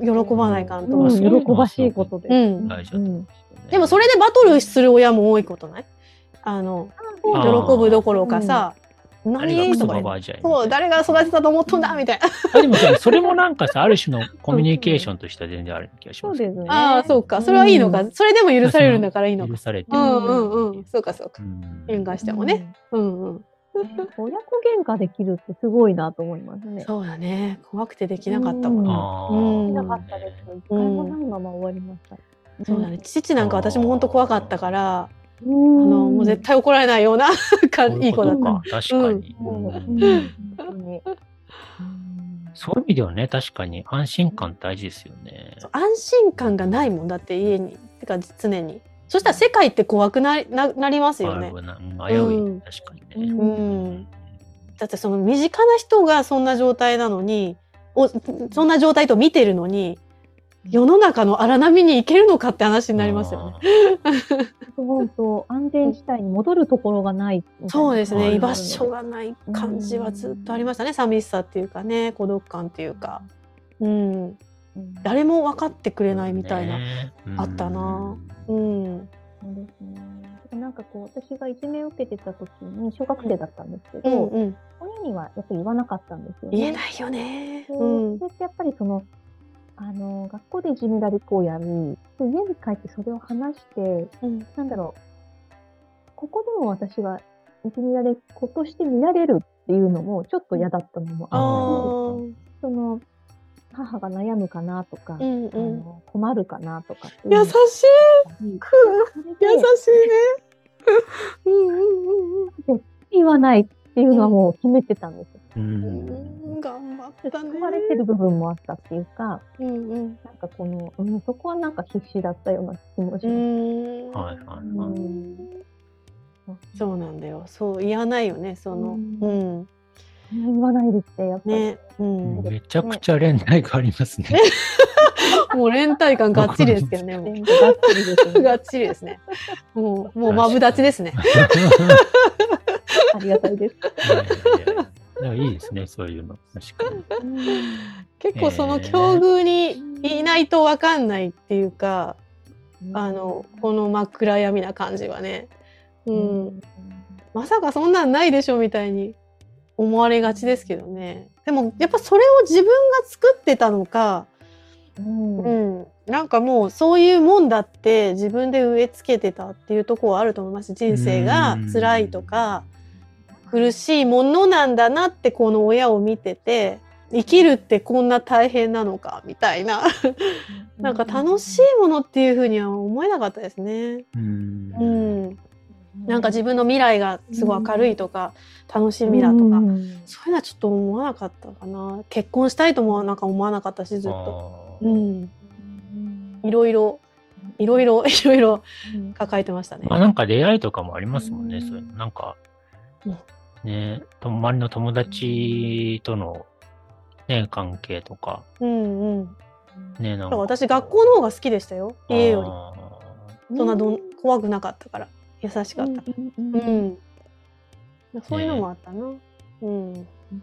S4: 喜ぶ喜ばないかなと
S5: う
S4: 思
S3: あ
S4: う、
S3: そいの
S5: ん、喜ばしいことで
S4: う
S5: す。
S4: ん、
S3: 大事だと思うんですよね
S4: でもそれでバトルする親も多いことないあの
S3: あ
S4: 喜
S3: ー
S4: ぶどころかさ「
S3: 誰がク
S4: 何?」
S3: ソ
S4: とか
S3: バ
S4: 言って
S3: バアじゃいみたいな
S4: そう誰が育てたと思っとんだみたいな
S3: あでもさそれもなんかさある種のコミュニケーションとしては全然ある気がし
S5: そ
S3: ま
S5: う
S3: す
S5: ですね。
S4: ああそうかそれはいいの
S5: う
S4: かそれでも許されるんだからいいのか
S3: 許されて
S4: う
S3: る
S4: んうんうんそうかそうか
S3: うん
S4: 喧嘩してもねうんうん
S5: 親子喧嘩できるってすごいなと思いますね。
S4: そうだね怖くてできなかったもんな
S3: あ
S4: うん
S5: でき
S3: ー
S5: なかったです。一回もないまま終わりました。
S4: そうだね父なんか私も本当怖かったからあ
S5: うん。
S4: のもう絶対怒られないような感
S3: そう
S4: い
S3: い
S4: いう
S3: こ
S4: 子だ
S3: と
S4: った。
S3: か確かに、
S5: うん
S3: うん
S5: 本当に
S3: そういう意味ではね確かに安心感大事ですよね
S4: そう安心感がないもんだって家にてか常にそしたら世界って怖くなななりますよ
S3: あ
S4: ね
S3: るなうん危うい、
S4: うん
S3: 確かにね、
S5: うん
S4: うんだってその身近な人がそんな状態なのにおそんな状態と見てるのに世の中の荒波に行けるのかって話になりますよね。
S3: ね。
S5: そうそう、安全地帯に戻るところがないみたいな。
S4: そうですね
S3: はい
S4: 居場所がない感じはずっとありましたね寂しさっていうかね孤独感っていうか、うん、
S5: うん。そう
S4: 誰も分かってくれないみたいな、
S3: ね
S4: あったなう
S3: うん
S4: ん
S5: ですね。なんかこう、私がいじめを受けてた時に、小学生だったんですけ
S4: う
S5: ど、
S4: んうん、
S5: 親にはやっぱり言わなかったんですよね。
S4: 言えないよね。
S5: で
S4: うん
S5: それってやっぱりその、あの、学校でいじめられっ子をやる、で家に帰ってそれを話して、
S4: うん
S5: なんだろう、ここでも私はいじめられっ子として見られるっていうのもちょっと嫌だったのも
S4: あ
S5: あっ
S4: ー
S5: て、その、母が悩むかなとか、
S4: うん
S5: あ
S4: うん
S5: の困るかなとかっていう
S4: 優
S5: の
S4: しい
S5: があったりそ
S4: 優しい
S5: れ
S4: ねう
S5: で。
S4: んうんうん
S5: 言わないっていうのはもう決めてたんですよ。
S4: うん。頑張っ
S5: で
S4: たね
S5: 救。われてる部分もあったっていうか、
S4: うんうん。
S5: なんかこの、うん、そこはなんか必死だったような気もし
S4: う
S5: ます。
S4: ん。
S3: はいはいはい
S5: うん
S4: そうなんだよ。そう言わないよね。その。
S5: うん
S4: うん。
S5: 言わないですね、やっぱり。
S4: ね。うん。
S3: めちゃくちゃ連帯があり ますね。
S4: もう連帯感がっちりですけ どね。も
S5: 全部がっつりです
S4: う
S5: ね
S4: がっちりですね。もうもうマブダチです ね。
S5: ありがたいです。
S3: いやいいですね、そういうの。確かに。
S4: 結構その境遇にいないとわかんないっていうか、あのこの真っ暗闇な感じはね。
S5: う
S4: うん。
S5: ん、
S4: まさかそんなんないでしょみたいに思われがちですけどねでもやっぱそれを自分が作ってたのか、
S5: うん
S4: う、ん、なんかもうそういうもんだって自分で植え付けてたっていうところはあると思います人生が辛いとか苦しいものなんだなってこの親を見てて生きるってこんな大変なのかみたいななんか楽しいものっていうふうには思えなかったですね。
S3: うん
S4: う。ん、なんか自分の未来がすごい明るいとか、楽しみだとか、
S5: うん
S4: そういうのはちょっと思わなかったかな結婚したいともなんか思わなかったしずっと、
S3: あー
S4: うん、いろいろいろい ろいろいろ抱えてましたね
S3: まあなんか出会いとかもありますもんね、
S5: うん
S3: そういうの。なんか
S4: うん、
S3: ね、と周りの友達との、ね、関係とか、
S4: うんうん
S3: ね、
S4: だ
S3: なん
S4: か。
S3: から
S4: 私学校の方が好きでしたよ家より
S3: あ
S4: そんなどん怖くなかったから優しかった
S5: うん
S4: うん、そういうのもあったな、うん
S3: ー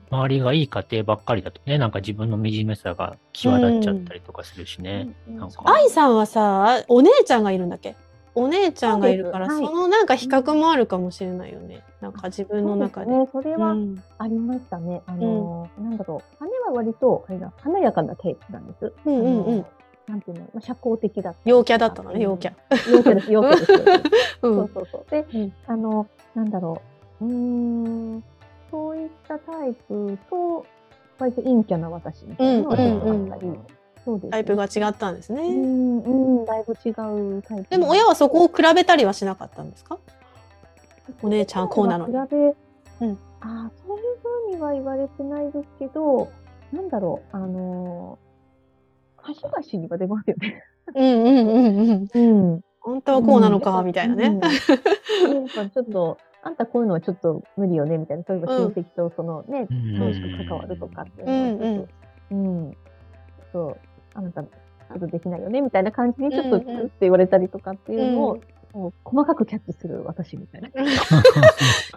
S3: 周りがいい家庭ばっかりだとね、なんか自分の惨めさが際立っちゃったりとかするしね。なんか
S4: 愛さんはさお姉ちゃんがいるんだっけお姉ちゃんがいるからそ,、
S5: そうですはい
S4: のなんか比較もあるかもしれないよねなんか自分の中で
S5: そうですね、それは
S4: うん
S5: ありましたね。あの、なんだろう。姉は割と、あれだ華やかなタイプなんです。
S4: うんうんうん
S5: あのなんていうの、まあ、社交的だったりとか。
S4: 陽キャだったのね陽キャ。
S5: 陽キャです、陽キャです。陽キャです
S4: う
S5: そ
S4: ん
S5: うそうそう。で、
S4: うん
S5: あの、なんだろう。うーん、そういったタイプと、割と陰キャな私みたいなのが
S4: うんうん
S5: あったり、そうですね、
S4: タイプが違ったんですね、
S5: うん、うん、だいぶ違うタイプ。
S4: でも親はそこを比べたりはしなかったんですかお姉ちゃんこうなのに
S5: 比べ、
S4: うん
S5: ああそういうふうには言われてないですけどなんだろうあのー、端々には出ますよね。
S4: うんうんうんうん
S5: うん、
S4: 本当はこうなのかみたいな
S5: うん
S4: ね、
S5: やっぱちょっとあんたこういうのはちょっと無理よねみたいな例えば親戚とそのね、
S3: うん
S5: 楽しく関わるとかっていうのはちょっとうん、そうあなたちょっとできないよねみたいな感じにちょっと
S4: う
S5: うん
S4: うん
S5: って言われたりとかっていうのを、
S4: うん
S5: こう細かくキャッチする私みたいな。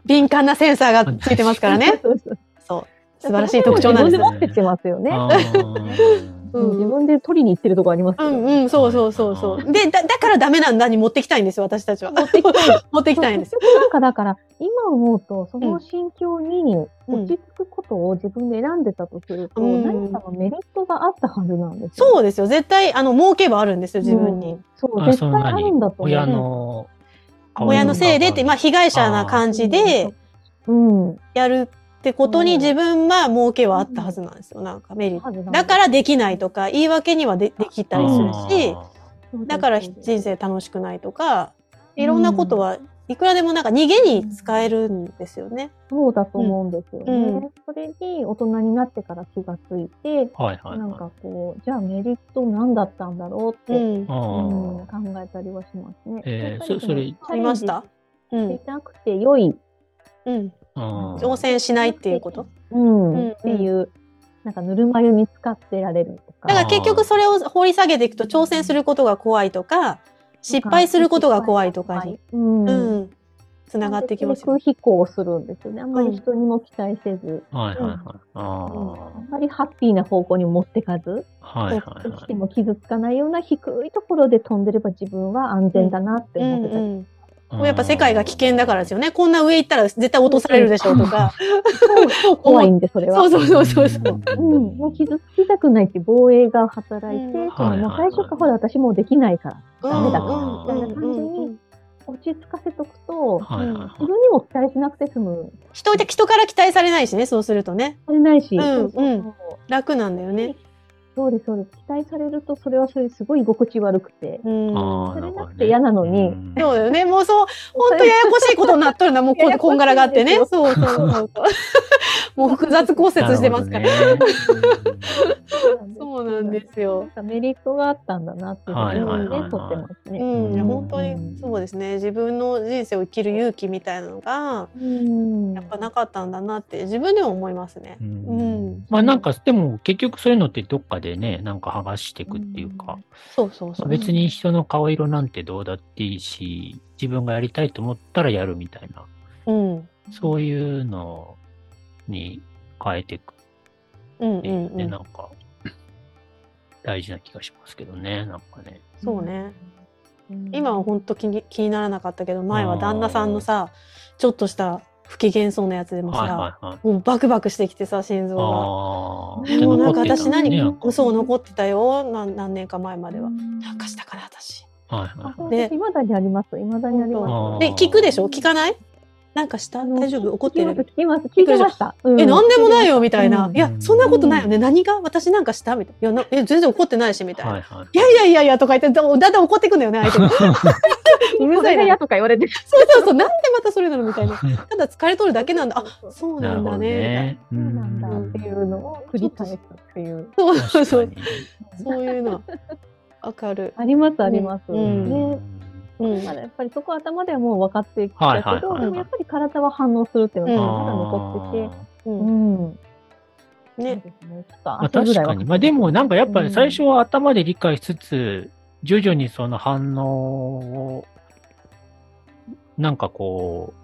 S4: 敏感なセンサーがついてますからね
S5: そうそう
S4: そう素晴らしい特徴なんです
S5: 自分で持ってってますよね。
S3: あー
S4: うん
S5: 自分で取りに行ってるとこあります
S4: う
S5: よ
S4: んうん、そうそうそうそ
S3: は
S4: う。
S3: い
S4: で、だだからダメなんだに持ってきたいんですよ、私たちは。持って
S5: きたい。
S4: 持 ってきたいんですよ。
S5: なんかだから、今思うと、その心境に落ち着くことを自分で選んでたとすると、
S4: うん
S5: 何かのメリットがあったはずなんです
S4: そううですよ。絶対、あの、儲けばあるんですよ、自分
S5: う
S4: に。
S5: んそう、
S3: あ
S5: 絶
S3: そ
S5: 対
S3: の
S5: あるんだ
S3: 何
S5: と思う。
S3: 親の顔色が
S4: 親のせいでって、まあ、被害者な感じで
S5: うん、うん。
S4: やるってことに自分は儲けはあったはずなんですよ、なんかメリット。
S5: はずなん
S4: だからできないとか、言い訳にはでできたりするし、
S5: そう
S4: だから
S5: そう
S4: 人生楽しくないとか、いろんなことはいくらでもなんか逃げに使えるんですよね。
S5: そうだと思うんですよね。
S4: うん
S5: それに大人になってから気がついて、
S3: はいはいはい。
S5: なんかこう、じゃあメリット何だったんだろうって、
S4: うん。
S3: あ
S5: うん考
S3: ー
S5: えたりはしますね。
S3: えー
S5: やっぱり
S3: そそれ
S5: チ
S4: あ
S5: ャレ
S4: り
S5: ン
S4: ま
S5: ジ
S4: したう
S5: し
S4: ん。
S5: なくて良い、
S4: うん。
S3: あー
S4: 挑戦しないっていうこと。
S5: うん
S4: うん
S5: っていう、なんかぬるま湯に使ってられるとか。
S4: だから結局それを掘り下げていくと挑戦することが怖いとか失敗することが怖いとかに、
S5: うん
S4: うん、つながってきますよ
S5: 低
S4: ね。
S5: 飛行をするんですよね。あんまり人にも期待せず、
S3: はいはいはい。あ
S5: あんまりハッピーな方向に持ってかず、
S3: あ、はいはい
S5: 生
S3: は
S5: きて
S3: い。
S5: も傷つかないような低いところで飛んでれば自分は安全だなって
S4: う
S5: 思っ
S4: ん
S5: てたり。
S4: うん、これやっぱ世界が危険だからですよね。こんな上行ったら絶対落とされるでしょうとか。
S5: そうそう怖 いんで、それは。
S4: そうそうそうそうそう。
S5: うん、もう傷つきたくないって防衛が働いて、
S4: うん
S5: そ
S3: はいは
S5: のもう
S3: いは
S5: 最
S3: い
S5: 初からほら私もうできないから、ダメだ
S4: うん
S5: みたいな感じ
S4: うんうん
S5: に落ち着かせとくと、
S3: はいはいはい。
S5: 自分にも期待しなくて済む。
S4: 人で人から期待されないしね、そうするとね。
S5: されないし、
S4: うんうん
S5: そう
S4: 楽なんだよね。
S5: そうです、そうです。期待されると、それはそれすごい居心地悪くて、
S4: うん、そ
S3: あー
S5: それな
S3: るほど
S5: く
S3: ね
S5: て嫌なのに
S3: うん
S4: うだよね。もうそう、本当ややこしいことになっ とるな、もうこ
S5: ややこしい
S4: こんがらがってね。
S5: で
S4: そう
S5: す
S4: そうそう そう。もう複雑骨折してますから。
S3: なるほどね
S4: そうなんですよ。
S5: なんかメリットがあったんだなっていうのを
S3: はい
S4: はいはいはい
S5: ね、とってます
S4: う
S5: ね。
S4: ん、
S3: うん
S4: 本当にそうですね自分の人生を生きる勇気みたいなのが
S5: うん
S4: やっぱなかったんだなって自分でも思いますね
S3: う。
S4: うん
S3: んまあなんか、でも結局そういうのってどっかでね、なんか剥がしていくっていうか、
S4: そうそうそう。
S3: 別に人の顔色なんてどうだっていいし、自分がやりたいと思ったらやるみたいな、
S4: うんうん
S3: そういうのに変えていく
S4: うん
S3: っていう
S4: う
S3: ね、
S4: ん
S3: なんか、大事な気がしますけどね、なんかね。
S4: そうね。
S5: うん
S4: 今は本当気に気にならなかったけど前は旦那さんのさちょっとした不機嫌そうなやつでもさ、
S3: はいはいはい。
S4: もうバクバクしてきてさ心臓が。
S3: ああ。
S4: もうなんか
S3: で残って
S4: 私
S3: たんですね
S4: 何
S3: なんか
S4: そう残ってたよ何何年か前までは。なんかしたかな私。
S3: はいはい
S5: あ
S3: はい。
S5: そう
S4: で
S5: 私未だにあります。未だにあります。
S3: あー
S4: で聞くでしょ聞かないなんかした
S5: あの
S4: 大丈夫怒って
S5: 聞
S4: る
S5: きます、聞いてました。うん
S4: え、なんでもないよ、みたいな
S5: う。ん
S4: いや
S3: う、ん
S4: そんなことないよね。何が私なんかしたみたいな。いやな、え、全然怒ってないし、みたいな。
S3: はいいはい。
S4: やいやいやいやとか言って、だだんだん怒ってくんだよね、 相手が。うる
S5: こ
S4: さ
S5: れ
S4: いな。
S5: が嫌とか言われてる。
S4: そうそうそう、なんでまたそれなのみたいな。ただ疲れとるだけなんだ。あ、そう
S3: な
S4: な
S3: る
S4: ん
S3: ほ
S4: だ
S3: ど
S4: ね。
S3: ね。
S5: そうなんだ
S3: う
S5: っていうのを繰り返すっていう。
S4: みたいなそう
S3: 確
S4: そ
S3: か
S4: う、
S3: に。
S4: そういうの。わかる。
S5: あります、あります。
S4: うんうん
S5: ね
S4: うん
S5: まあ。やっぱりそこは頭ではもう分かってき
S3: はい
S5: た
S3: はい
S5: け
S3: は
S5: ど、
S3: い
S5: でもやっぱり体は反応するっていうのがまだ残ってて。
S3: あ
S4: う。
S3: ー
S5: うんん。そう
S4: ね。
S5: ですね。ちょっと
S3: まあ、
S5: 後
S3: 確
S5: ぐらい
S3: か
S5: は
S3: に。まあでもなんかやっぱ
S5: う
S3: り
S5: ん
S3: 最初は頭で理解しつつ、徐々にその反応を、なんかこう、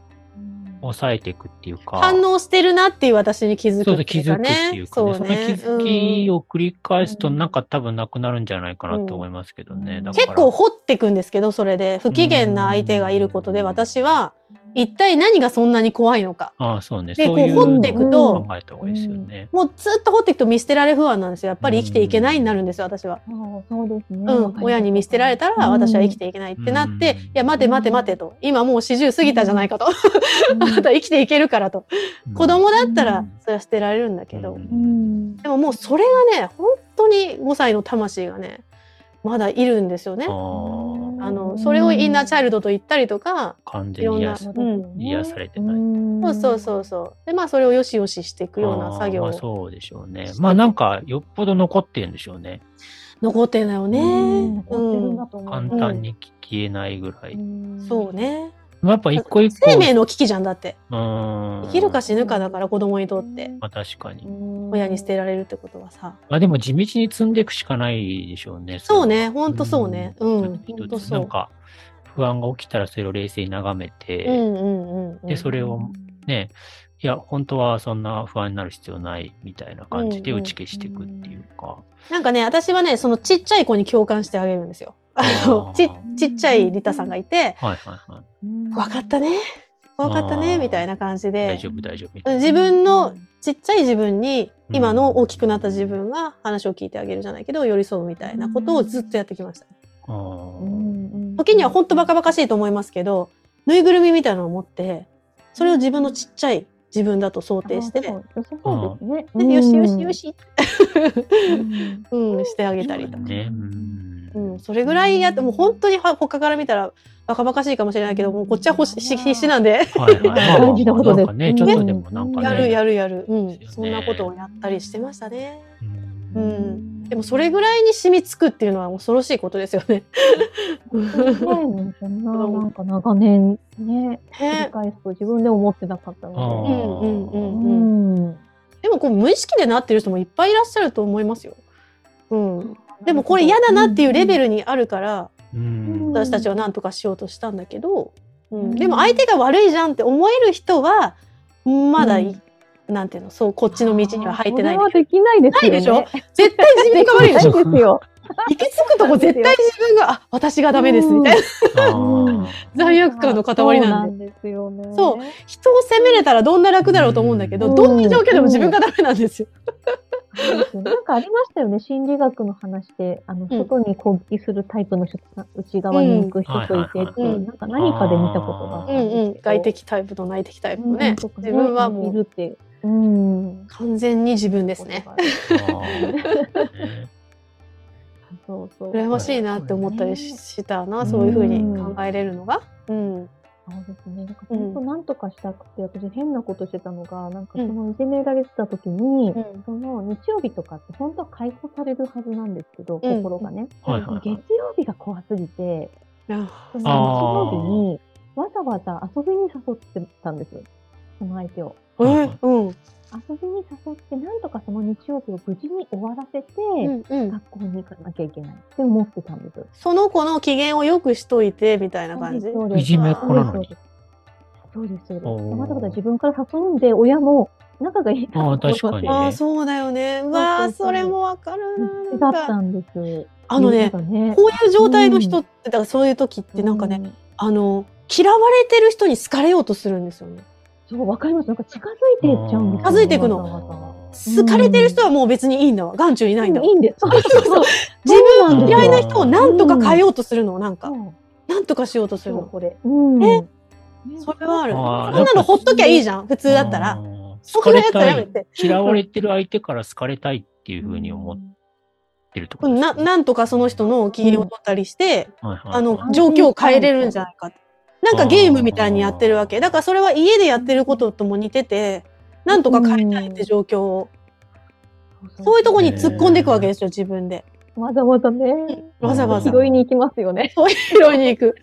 S3: 抑えていくっていうか。
S4: 反応してるなっていう私に気づ
S3: そう
S4: く
S3: そう、
S4: って
S3: 気
S4: いう
S3: づ
S4: か
S3: くってい
S4: ね
S3: う。かね。そ
S4: そ
S3: の気づき
S4: うん
S3: を繰り返すと、
S5: うん
S3: なんか多分なくなるんじゃないかなと思いますけどね。
S5: うん
S3: だから
S4: 結構掘ってくんですけど、それで。不機嫌な相手がいることで、
S3: うん
S4: 私は一体何がそんなに怖いのか。
S3: ああ、そうね。
S4: で
S3: そういう
S4: こう掘っていく
S5: と
S3: 考えた方がいいですよね。
S4: もうずっと掘っていくと見捨てられ不安なんですよ。やっぱり生きていけないになるんですよ、私は。
S5: ああそうですね。
S4: うん、親に見捨てられたら私は生き
S5: て。
S4: ていけないってなって、
S3: うん
S4: いや待て待て待てと今もう40過ぎたじゃないかと、
S5: うん
S4: あなた生きていけるからと、
S3: うん
S4: 子供だった
S5: う
S4: ら
S3: ん
S4: それは捨てられるんだけど、
S3: うん
S5: うん
S4: でももうそれがね本当に5歳の魂がねまだいるんですよね。
S3: あ
S4: あのそれをインナーチャイルドと言ったりとか、
S3: あ、完全に癒やす
S4: いろんなうん
S3: 癒されてない
S5: そ
S4: そうそうそうそうでまあそれをよしよししていくよう
S3: あ
S4: な
S3: あ
S4: 作業
S3: まあそうでしょうね。まあなんか、よっぽど残ってるんでしょうね。
S4: 残ってんだよね。うん
S3: 簡単に消えないぐらい。
S4: そうね
S3: まあやっぱ一個一個。
S4: 生命の危機じゃんだって
S3: うん。
S4: 生きるか死ぬかだから子供にとって
S3: まあ確かに。
S4: 親に捨て
S5: る。
S4: られるってことはさ
S3: まあでも地道に積んでいくしかないでしょうね。
S4: そうねほんとそうねうん
S3: 一つ
S4: ほんと
S3: 一つ
S4: そ
S3: な
S4: うん
S3: か、不安が起きたらそれを冷静に眺め
S4: うん
S3: て、
S4: うんうんうん
S3: で、それをね、いや、本当はそんな不安になる必要ないみたいな感じで
S4: うんう
S3: 打
S4: ん
S3: ち消していくっていうか。
S4: なんかね、私はね、そのちっちゃい子に共感してあげるんですよ。あの
S3: あー
S4: ちちっちゃいリタさんがいて、
S3: はいはいはい。
S4: 怖かったね、怖かった
S3: あ
S4: ね、
S3: ー
S4: みたいな感じで、
S3: 大丈夫大丈夫みたいな。
S4: 自分のちっちゃい自分に、
S3: うん
S4: 今の大きくなった自分が話を聞いてあげるじゃないけど、寄り添うみたいなことをずっとやってきました。
S3: あー
S4: 時には本当バカバカしいと思いますけど、ぬいぐるみみたいなのを持って、それを自分のちっちゃい自分だと想定して、
S5: あーでも良さそうですね。
S4: でよしよしよし、
S5: うん。
S4: うん、してあげたりとか。
S3: ね。う
S4: うんん、それぐらいやってもう本当には他から見たらバカバカしいかもしれないけどもうこっちは欲し必死必死なんで
S3: はいはい。まあまあ
S5: 大事なこと
S3: な
S5: です
S3: んかね、ちょっとでもなんかね。
S4: やるや
S3: る。
S4: るやる、う
S3: で
S4: ん
S3: すよね
S4: そんなことをやったりしてましたね
S5: うん
S4: でもそれぐらいに染みつくっていうのは恐ろしいことですよね。
S5: 怖いのかな、なんか長年ね、繰
S4: ね
S5: り返すと自分でも思ってなかったの
S4: う
S5: で。
S4: んうんう
S5: うん
S4: うん
S5: ん。
S4: でもこう無意識でなってる人もいっぱいいらっしゃると思いますよ。うん、でもこれ嫌だなっていうレベルにあるから
S3: うん。
S4: 私たちは何とかしようとしたんだけど、う
S5: うん
S4: ん、でも相手が悪いじゃんって思える人はまだい、なんていうのそうこっちの道には入ってない
S5: それはできないですよ、
S4: な
S5: ね。
S4: いでしょ絶対自分が悪いでしょ
S5: できないですよ。
S4: 行き着くとこ絶対自分が、あ、私がダメですみたいな。
S3: あ ー
S4: 罪悪感の塊なんで
S5: そうですよね。
S4: そう人を責めれたらどんな楽だろうと思うんだけど、
S5: うん
S4: どんな状況でも自分がダメなんですよ。
S5: そうですよね。なんかありましたよね。心理学の話で、あの、外に攻撃するタイプの人と内側に行く人といてっていう、
S4: うん
S5: なんか何かで見たことがあっ
S4: う
S5: た
S4: ん
S5: ん
S4: う
S5: です
S4: ん
S5: け。ど。
S4: 外的タイプと内的タイプ
S5: うん
S4: のね。
S5: とか
S4: 自分はも
S5: いうるって。うん。
S4: 完全に自分ですね。。
S3: あーね
S5: そうそう。
S4: 羨ましいなって思ったりししたな、そういうふうに考えれるのが。うん。
S5: そうですね。なんか
S4: うん
S5: 本当なんとかしたくて、私変なことしてたのが、なんかそのいじめられてた時に、
S4: うん
S5: その日曜日とかって本当は解放されるはずなんですけど、
S4: うん
S5: 心がね。
S3: はいはい
S5: 月
S3: はい。
S5: 曜日が怖すぎて、
S4: あ
S5: その日
S3: あー
S5: 曜日にわざわざ遊びに誘ってたんですよ。その相手を。
S4: えーうん。
S5: 遊びに誘って、なんとかその日曜日を無事に終わらせて、
S4: うんうん。
S5: 学校に行かなきゃいけないって思ってたんです。
S4: その子の機嫌を良くしといて、みたいな感じ。う
S5: そうです
S3: いじめっ子なのに
S5: そうです、そうです。
S3: おー
S5: わざわざ自分から誘うんで、親も仲がいいなと思います
S3: あー確かに
S5: よ
S4: ああ、そうだよね。うわあ、それもわかる
S5: うん
S4: な。
S5: だ
S4: な
S5: っ
S4: んか
S5: たんです。
S4: あのね、
S5: みんながね
S4: こういう状態の人って、だからそういう時ってなんかね、
S5: う
S4: あの、嫌われてる人に好かれようとするんですよね。
S5: そう、わかります。なんか近づいていっちゃうんですよ
S4: 近づいていくの
S5: わざわざわ
S4: 好かれてる人はもう別にいいんだわ。眼中に
S5: ざ
S4: ないんだわ
S5: い。い んです。そうそうそう。
S4: 自
S5: そうなん
S4: 分
S5: です
S4: 嫌
S5: よ
S4: いな人をなんとか変えようとするの、なんか。
S5: そう
S4: なんとかしようとする
S5: そう
S4: の。
S5: これ。うん。
S4: えそれはある。
S3: あー
S4: そんなのほっときゃいいじゃん、普通だった
S3: う
S4: ら。
S3: ん
S4: そ
S3: 好か
S4: んな
S3: れ
S4: やつは
S3: た
S4: やめ
S3: い。
S4: て。
S3: 嫌われてる相手から好かれたいっていうふうに思ってるってことです
S4: な
S3: か、
S4: なんとかその人の機嫌を取ったりして、
S3: はいはい
S4: あの
S3: はい
S4: 状況を変えれるんじゃないかってなんかゲームみたいにやってるわけだからそれは家でやってることとも似ててなんとか変えたいって状況をそういうとこに突っ込んでいくわけですよ自分で
S5: わざわざね、
S4: わざわざ
S5: 拾いに行きます よね。
S4: 拾いに行く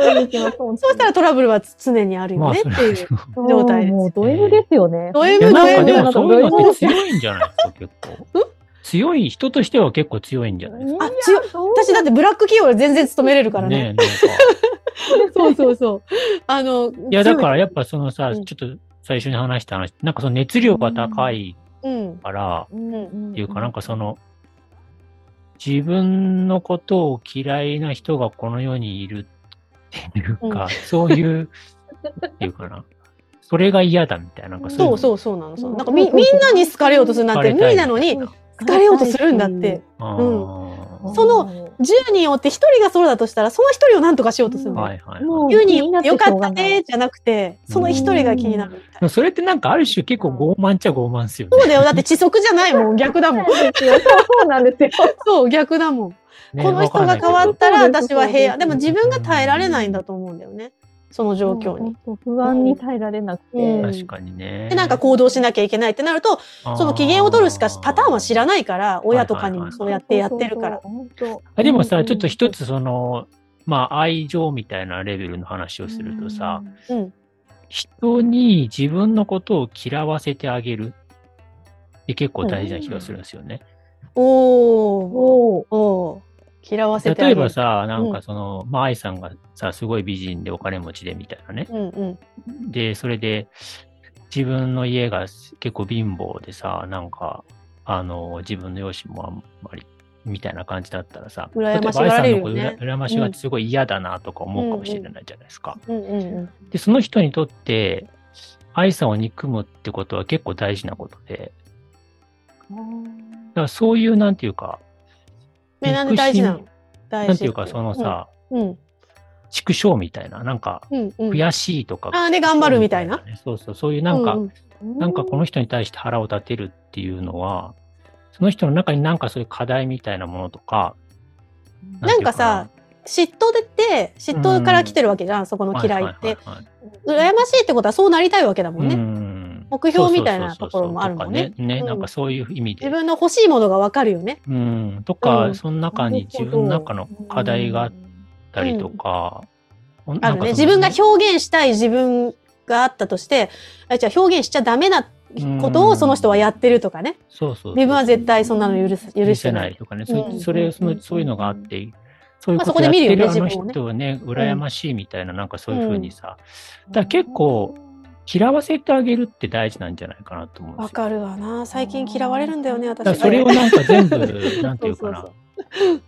S5: 拾いに行きます。そう
S4: そうしたらトラブルは常にある
S3: ま
S4: よ
S3: あ
S4: ね
S3: そ
S4: って
S3: れ
S4: いう
S3: は
S5: も
S4: 状態です
S5: うド M ですよね。
S4: ド
S3: い
S4: M
S3: や
S4: ド
S3: なんかで
S4: M
S3: も
S5: の
S3: そういうのって
S5: ド
S3: 強いんじゃないですか、結構。強い、人としては結構強いんじゃないですか。
S4: あ強い私だってブラック企業で全然勤めれるから
S3: ねえ、
S4: ね
S3: なんか。
S4: そうそうそうあの
S3: いや、だかららやっぱそのさ、
S4: うん
S3: ちょっと最初に話した話、なんかその熱量が高い
S4: うん
S3: から、
S4: うん
S3: っていうか、なんかその、自分のことを嫌いな人がこの世にいるっていうか、そういう、っていうかな。それが嫌だみたいな、なんか
S4: そう
S3: う
S4: そうそうなのそうなんかみみんなに好かれようとするなんて無理なのに好かれようとするんだって
S3: の。
S4: その10人おって1人がそうだとしたらその1人を何とかしようとする
S3: うん
S4: の、
S3: はいはいは
S5: もう
S4: 10人おってよかったねじゃなくてその1人が気になるみたい
S3: い。それってなんかある種結構傲慢っちゃ傲慢っすよね。
S4: そうだよだって窒息じゃないもん逆だもん
S5: そうですよそうそうなんですよ。
S4: そう逆だもん、
S3: ね
S4: この人が変わっ
S3: か
S4: たら
S5: わかんない
S4: 私
S5: けど
S4: は平安でも自分が耐えられないんだと思うんだよねその状況に。
S5: そう。不安に耐えられなく
S4: うん
S5: て。
S3: んないけど確かにね。
S4: でなんか行動しなきゃいけないってなるとその機嫌を取るしかしパターンは知らないから親とかにもそうやってやってるから。
S5: そうそうそう。本当
S3: あでもさ、ちょっと一つその、まあ愛情みたいなレベルの話をするとさ、
S4: うん
S3: 人に自分のことを嫌わせてあげるって結構大事な気がするんですよね。
S4: おー
S5: おー
S4: おー嫌わせてあ
S3: 例
S4: げ
S3: え
S4: る
S3: ばさ、なんかその、まあ愛さんがさ、すごい美人でお金持ちでみたいなね。
S4: うんうん
S3: で、それで自分の家が結構貧乏でさ、なんか、あの、自分の容姿もあんまり、みたいな感じだったらさ、
S4: 羨まし
S3: 例えば
S4: がられるよ
S3: 愛
S4: ね
S3: さんのことうら羨ましがってすごい嫌だなとか思うかもしれないじゃないですか。
S4: うんうんうん
S3: で、その人にとって、愛さんを憎むってことは結構大事なことで、だからそういう、なんていうか、
S4: ねなんで大事なの大事
S3: なんていうか、そのさ、
S4: うん
S3: 畜生みたいな、なんか、
S4: うんうん
S3: 悔しいとか、
S4: あーで頑張るみたいな
S3: ね。そうそう、そういうなんか、
S4: うん
S3: なんかこの人に対して腹を立てるっていうのは、その人の中になんかそういう課題みたいなものとか、
S4: なんかさ、嫉妬でって嫉妬から来てるわけじゃん、そこの
S3: ていうか
S4: 嫌
S3: ないはい
S4: っ
S3: は
S4: て
S3: い、はい
S4: 羨ましいってことはそうなりたいわけだもんね、
S3: うん
S4: 目標みたいなところもあるもんね
S3: そうそうそうそうとかね、
S4: うん
S3: なんかそういう意味で
S4: 自。分の欲しいものがわかるよね
S3: うん、とか、
S4: うん
S3: その中に自分の中の課題があったりとか、
S4: あ
S3: なん
S4: る
S3: か
S4: ね
S3: そ
S4: 自
S3: の
S4: 分が表現したい自分があったとしてあじゃあ表現しちゃダメなこと
S3: う
S4: を
S3: ん
S4: その人はやってるとかね
S3: そうそうそう
S4: 自分は絶対そんなの許す許
S3: 許
S4: して
S3: せ
S4: な
S3: ないいとかね、
S4: うん
S3: そそれそのそういうのがあって、そういう
S4: まあそ
S3: こと
S4: こで
S3: やっ
S4: 見るよね
S3: てるあの
S4: 自分をね
S3: 人をね、羨ましいみたいな、なんかそういうふうにさ、だから結構、嫌わせてあげるって大事なんじゃないかなと思うんで
S4: わ
S3: すよ。
S4: かるわな最近嫌われるんだよね
S3: だから
S4: 私
S3: それをなんか全部、 なんていうか
S4: そ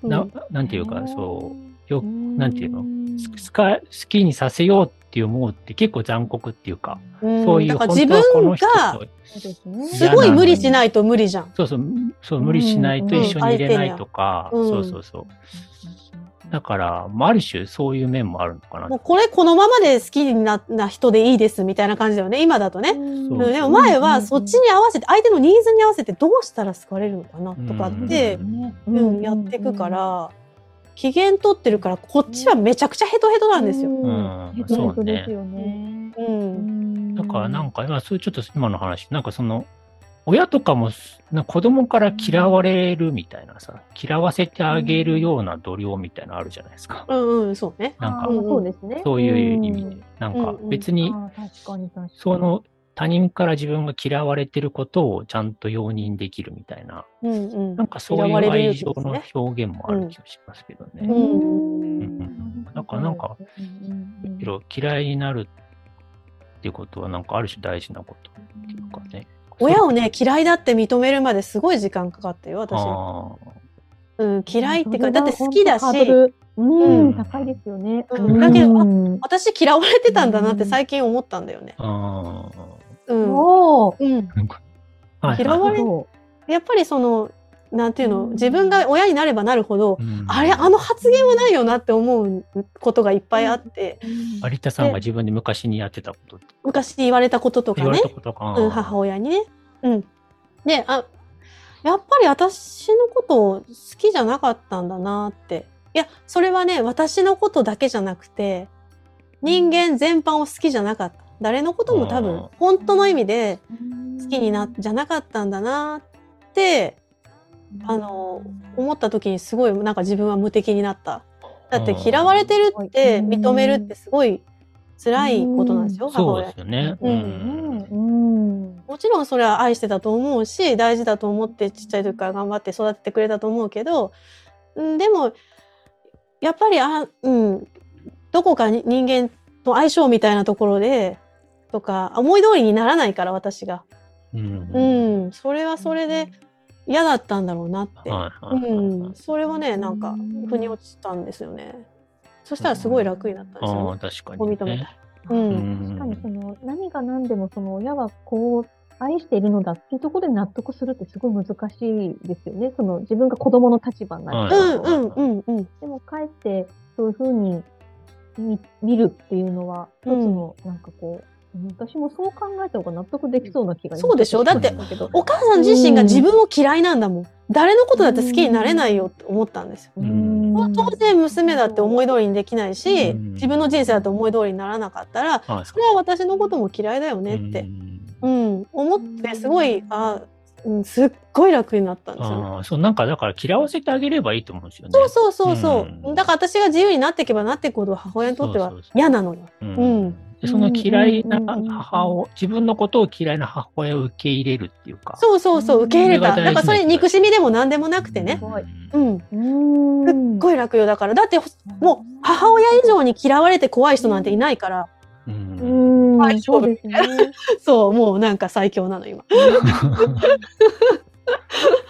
S4: う
S3: な、
S4: うん
S3: ななんていうか、そう、よなんていうのす
S5: の
S3: 好か好きにさせようって思うって結構残酷っていうか、
S4: うん
S3: そういう、
S4: だから
S3: 本
S4: 自
S3: 当はこの
S4: 分
S3: 人
S4: が
S3: と
S4: すごい無理しないと無理じゃん
S3: そうそう、そう、無理しないと一緒に入れないとか、
S4: うん
S3: そうそうそう。だから、まあ、ある種そういう面もあるのかな
S4: もうこれこのままで好きなな人でいいですみたいな感じだよね今だとね。
S3: そう
S4: でも前はそっちに合わせて相手のニーズに合わせてどうしたら好かれるのかなとかって
S3: う、ん
S4: うんやっていくから機嫌取ってるからこっちはめちゃくちゃヘトヘトなんですよ。
S3: うん
S5: ヘト
S3: そ
S5: ヘ
S3: う
S5: ト
S3: ね
S5: ですよね。
S4: うん
S3: だからなん
S5: か、
S3: か、今、そういうちょっと今の話、なんかその、親とかもすなんか子供から嫌われるみたいなさ、嫌わせてあげるような度量みたいなのあるじゃないですか。
S4: うんうんそうね。
S3: なん
S5: あ
S3: か
S5: ー、そうですね。
S3: そういう意味で
S5: ん。
S3: なんか
S4: うん
S3: 別に、
S5: あー確かに確かに。
S3: その他人から自分が嫌われてることをちゃんと容認できるみたいな、
S4: うんうん
S3: なんかそういう
S4: 嫌われる
S3: 愛
S4: 勇
S3: 情
S4: 気です
S3: の
S4: ね
S3: 表現もある気がしますけど
S5: う
S3: ね。
S5: ん。
S3: うんなんかなんか
S5: うん、
S3: むしろ嫌いになるっていうことは、なんかある種大事なことっていうかね。
S4: 親をね嫌いだって認めるまですごい時間かかったよ私。
S3: あー
S4: うん、嫌いっていうかだって好きだし
S5: ハードルうん、
S3: うん
S5: 高いですよね。
S4: うんだけど
S5: うん
S4: 私嫌われてたんだなって最近思ったんだよね。
S3: あー。
S4: うん
S5: おー
S4: うん、
S3: はいはい
S4: 嫌われ
S5: そ
S4: やっぱりそのなんていうの、自分が親になればなるほど、
S3: うん
S4: あれ、あの発言はないよなって思うことがいっぱいあって、
S3: 有田さんが自分で昔にやってたことって
S4: 昔言われたこととか
S3: 言わ
S4: ね
S3: れた、ことかな。
S4: うん、母親にね。うん。で、あ、やっぱり私のことを好きじゃなかったんだなって。いや、それはね、私のことだけじゃなくて、人間全般を好きじゃなかった。誰のことも多
S3: あ
S4: 分
S3: ー、
S4: 本当の意味で好
S1: 好
S4: きにな、じゃなかったんだなってあの思った時にすごいなんか自分は無敵になった。だって嫌われてるって
S5: うん
S4: 認めるってすごい辛いことなんですよ、母
S3: そう
S4: 親
S3: ですよね。
S4: うん
S3: うん
S5: うん。
S4: もちろんそれは愛してたと思うし大事だと思ってちっちゃい時から頑張って育ててくれたと思うけどうんでもやっぱりあ、うん、どこかに人間と相性みたいなところでとか思い通りにならないから私が、
S3: うん
S4: う
S3: はい
S4: ん、それはそれで嫌だったんだろうなって、
S3: はいはい
S4: うん、それはねなんか腑に落ちたんですよね。そしたらすごい楽になったんです
S3: ああ
S4: よ、ね。
S3: 確か
S4: お
S3: に
S4: 認めた
S3: ね。
S4: い。うん
S3: うん
S5: 確かにその何が何でもその親はこう愛しているのだっていうところで納得するってすごい難しいですよね。その自分が子供の立場になって、
S3: は
S4: う
S3: い
S4: んうんうんうん。
S5: でもかえってそういうふうに見見るっていうのは一つのなんかこう、うん私もそう考えた方が納得できそうな気が
S4: そうでしょだって
S5: ましたけど
S4: お母さん自身が自分を嫌いなんだもん。誰のことだって好きになれないよって思ったんですよ。
S3: うん
S4: 当然娘だって思い通りにできないし、
S3: うん
S4: 自分の人生だって思い通りにならなかったら、
S3: はい
S4: それは私のことも嫌いだよねっ
S3: う
S4: て、
S3: ん
S4: うん、思ってすごい、あ、うん、すっごい楽になったんですよね。
S3: ああ、そう、なんかだから嫌わせてあげればいいと思うんですよね。
S4: そうそうそうそうう。
S3: ん
S4: だから私が自由になっていけばなっていくほど母親にとっては
S3: そうそうそう
S4: 嫌なのよ。うん
S3: でその嫌いな
S5: うんうんうんうん
S3: 母を、自分のことを嫌いな母親を受け入れるっていうか。
S4: そうそうそう、受け入れた。
S3: それが大事
S4: だからそれ
S3: な気が
S4: 憎
S3: す
S4: しみでも何でもなくてね。
S5: ごい
S4: うん。す
S5: うん
S4: っごい楽よ。だから、だってほもう母親以上に嫌われて怖い人なんていないから、
S3: うん。
S5: う
S3: うん
S5: ん、
S4: 大丈夫
S5: そうですね。
S4: そう、もうなんか最強なの今。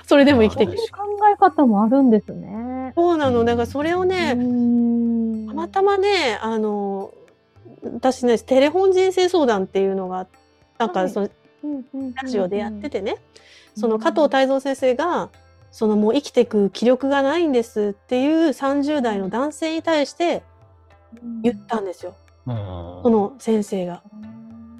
S4: それでも生き
S5: そ
S4: て
S5: う
S4: い
S5: い
S4: け
S5: う
S4: る。
S5: 考え方もあるんですね。
S4: そうなの。だからそれを
S5: う
S4: ね、
S5: ん
S4: たまたまね、あの、私ね、テレフォン人生相談っていうのが、なん
S5: は
S4: か
S5: い
S4: そのラジオでやっててね、
S5: うん
S4: その加藤泰造先生が、そのもう生きていく気力がないんですっていう30代の男性に対して言ったんですよ。この先生が。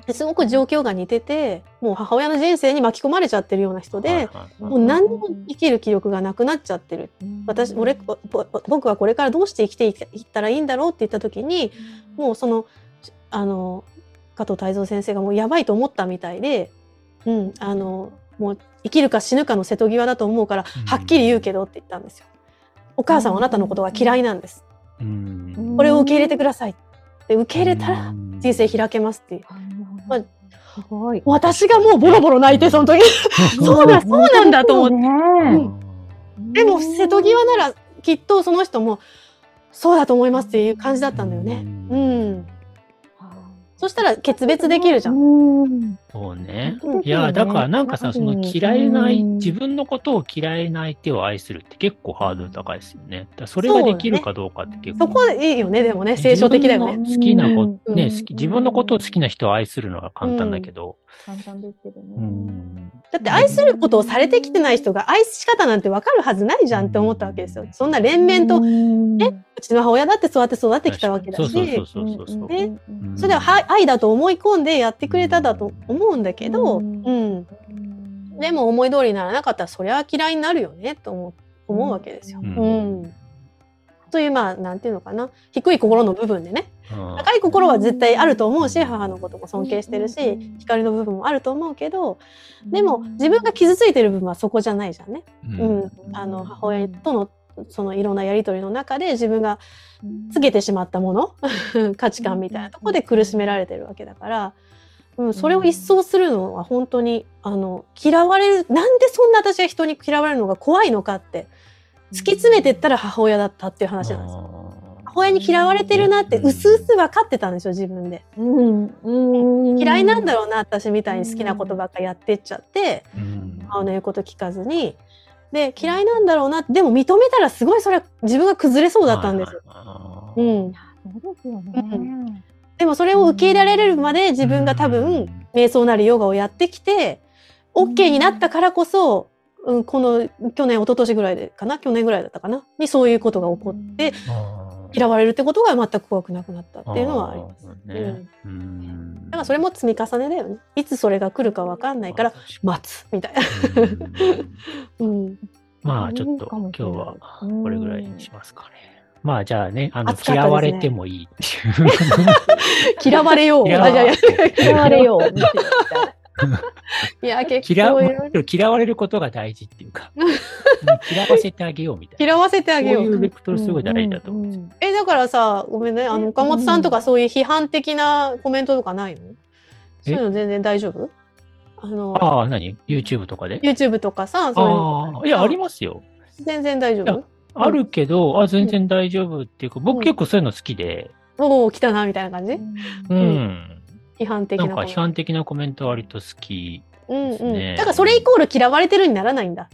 S4: ですごく状況が似ててもう母親の人生に巻き込まれちゃってるような人で、もう何にも生きる気力がなくなっちゃってる私俺ぼぼ僕はこれからどうして生きていけいったらいいんだろうって言った時にもうそのあの加藤泰造先生がもうやばいと思ったみたいで、うん、あのもう生きるか死ぬかの瀬戸際だと思うから、
S3: うん
S4: はっきり言うけどって言ったんですよ。お母さんはあなたのことが嫌いなんです。
S3: うん
S4: これを受け入れてください。で受け入れたら人生開けますっていう。まあ
S5: すごい。
S4: 私がもうボロボロ泣いてその時そうだ、そうなんだと思って。
S5: 思
S4: でも、瀬戸際なら、きっとその人も、そうだと思いますっていう感じだったんだよね。うん。そしたら、決別できるじゃん。
S5: ん。
S3: そうね。
S4: うん
S3: いや、だからなんかさ、その嫌いない、自分のことを嫌いな相手を愛するって結構ハードル高いですよね。だからそれができるかどうかって結
S4: そ
S3: 構。
S4: こいいよね、でもね、聖書的だよ
S3: 自
S4: ね。
S3: 分の好きなこ
S5: う
S3: と、
S5: ん
S3: ね、好き、自分のことを好きな人を愛するのは簡単だけど。
S5: 簡単ですけどね。
S3: うん
S4: だって、愛することをされてきてない人が、愛し方なんてわかるはずないじゃんって思ったわけですよ。そんな連綿と、う
S5: ね、
S4: ちの母親だってそうやって育ってきたわけだ
S3: そうそう
S4: し
S3: そう、そうそう。
S4: ね
S3: うん
S4: それははい愛だと思い込んでやってくれただと思うんだけど、
S5: う
S4: うんん。でも、思い通りにならなかったら、そりゃ嫌いになるよね、と思う思うわけですよ。うん。というまあなんていうのかな低い心の部分でね
S3: うん
S4: 高い心は絶対あると思うし母のことも尊敬してるし光の部分もあると思うけどでも自分が傷ついてる部分はそこじゃないじゃんね。うん、あの母親とのそのいろんなやり取りの中で自分がつけてしまったもの価値観みたいなところで苦しめられてるわけだから、うん、それを一掃するのは本当にあの嫌われるなんでそんな私が人に嫌われるのが怖いのかって突き詰めてったら母親だったっていう話なんですよ。母親に嫌われてるなってうすうす分かってたんですよ自分で
S5: うんうん
S4: 嫌いなんだろうな私みたいに好きなことばっかやってっちゃって
S3: うん
S4: 母の言うこと聞かずにで嫌いなんだろうなってでも認めたらすごいそれは自分が崩れそうだったんですよ、
S3: はいうはいはい
S4: ん、
S5: そうですよね。
S4: でもそれを受け入れられるまで自分が多分瞑想なりヨガをやってきて OK になったからこそうん、この去年一昨年ぐらいでかな去年ぐらいだったかなにそういうことが起こって
S3: あー
S4: 嫌われるってことが全く怖くなくなったっていうのはあります。
S3: あー
S4: う
S3: ね
S4: ん
S3: うん。だ
S4: だからそれも積み重ねだよね。いつそれが来るかわかんないから待つみたいな。
S3: うん
S4: うん、
S3: まあちょっと今日はこれぐらいにしますかね。まあじゃあね、あの、
S4: 暑かったですね
S3: 嫌われても いいっていう。
S4: 嫌われよう。
S3: 嫌
S4: あいやいやい
S5: 嫌われよ う。見てみたい
S4: や結構
S3: 嫌わ
S4: いろいろ
S3: 嫌われることが大事ってい うか、うん嫌わせてあげようみたいな。
S4: 嫌わせてあげよ
S3: そういう
S4: う。
S3: ベクトルすごい大事だと思うんですよ。
S4: えだからさごめんねあ
S5: う
S4: の
S5: ん
S4: 岡本さんとかそういう批判的なコメントとかないのそ
S3: え
S4: ういうの全然大丈夫あの
S3: ああ、何 ?YouTube とかで
S4: YouTube とかさそういうの
S3: ああ、いや、ありますよ。
S4: 全然大丈
S3: いや
S4: 夫
S3: あるけど、あ、全然大丈夫っていうか、僕結構そういうの好きで、
S4: おお来たなみたいな感じ
S3: うんん。
S4: 批判的
S3: な
S4: なん
S3: か
S4: コメン
S3: 批
S4: ト
S3: 判的なコメントは割と好き。
S4: うん
S3: ですね
S4: うんだからそれイコール嫌われてるにならないんだ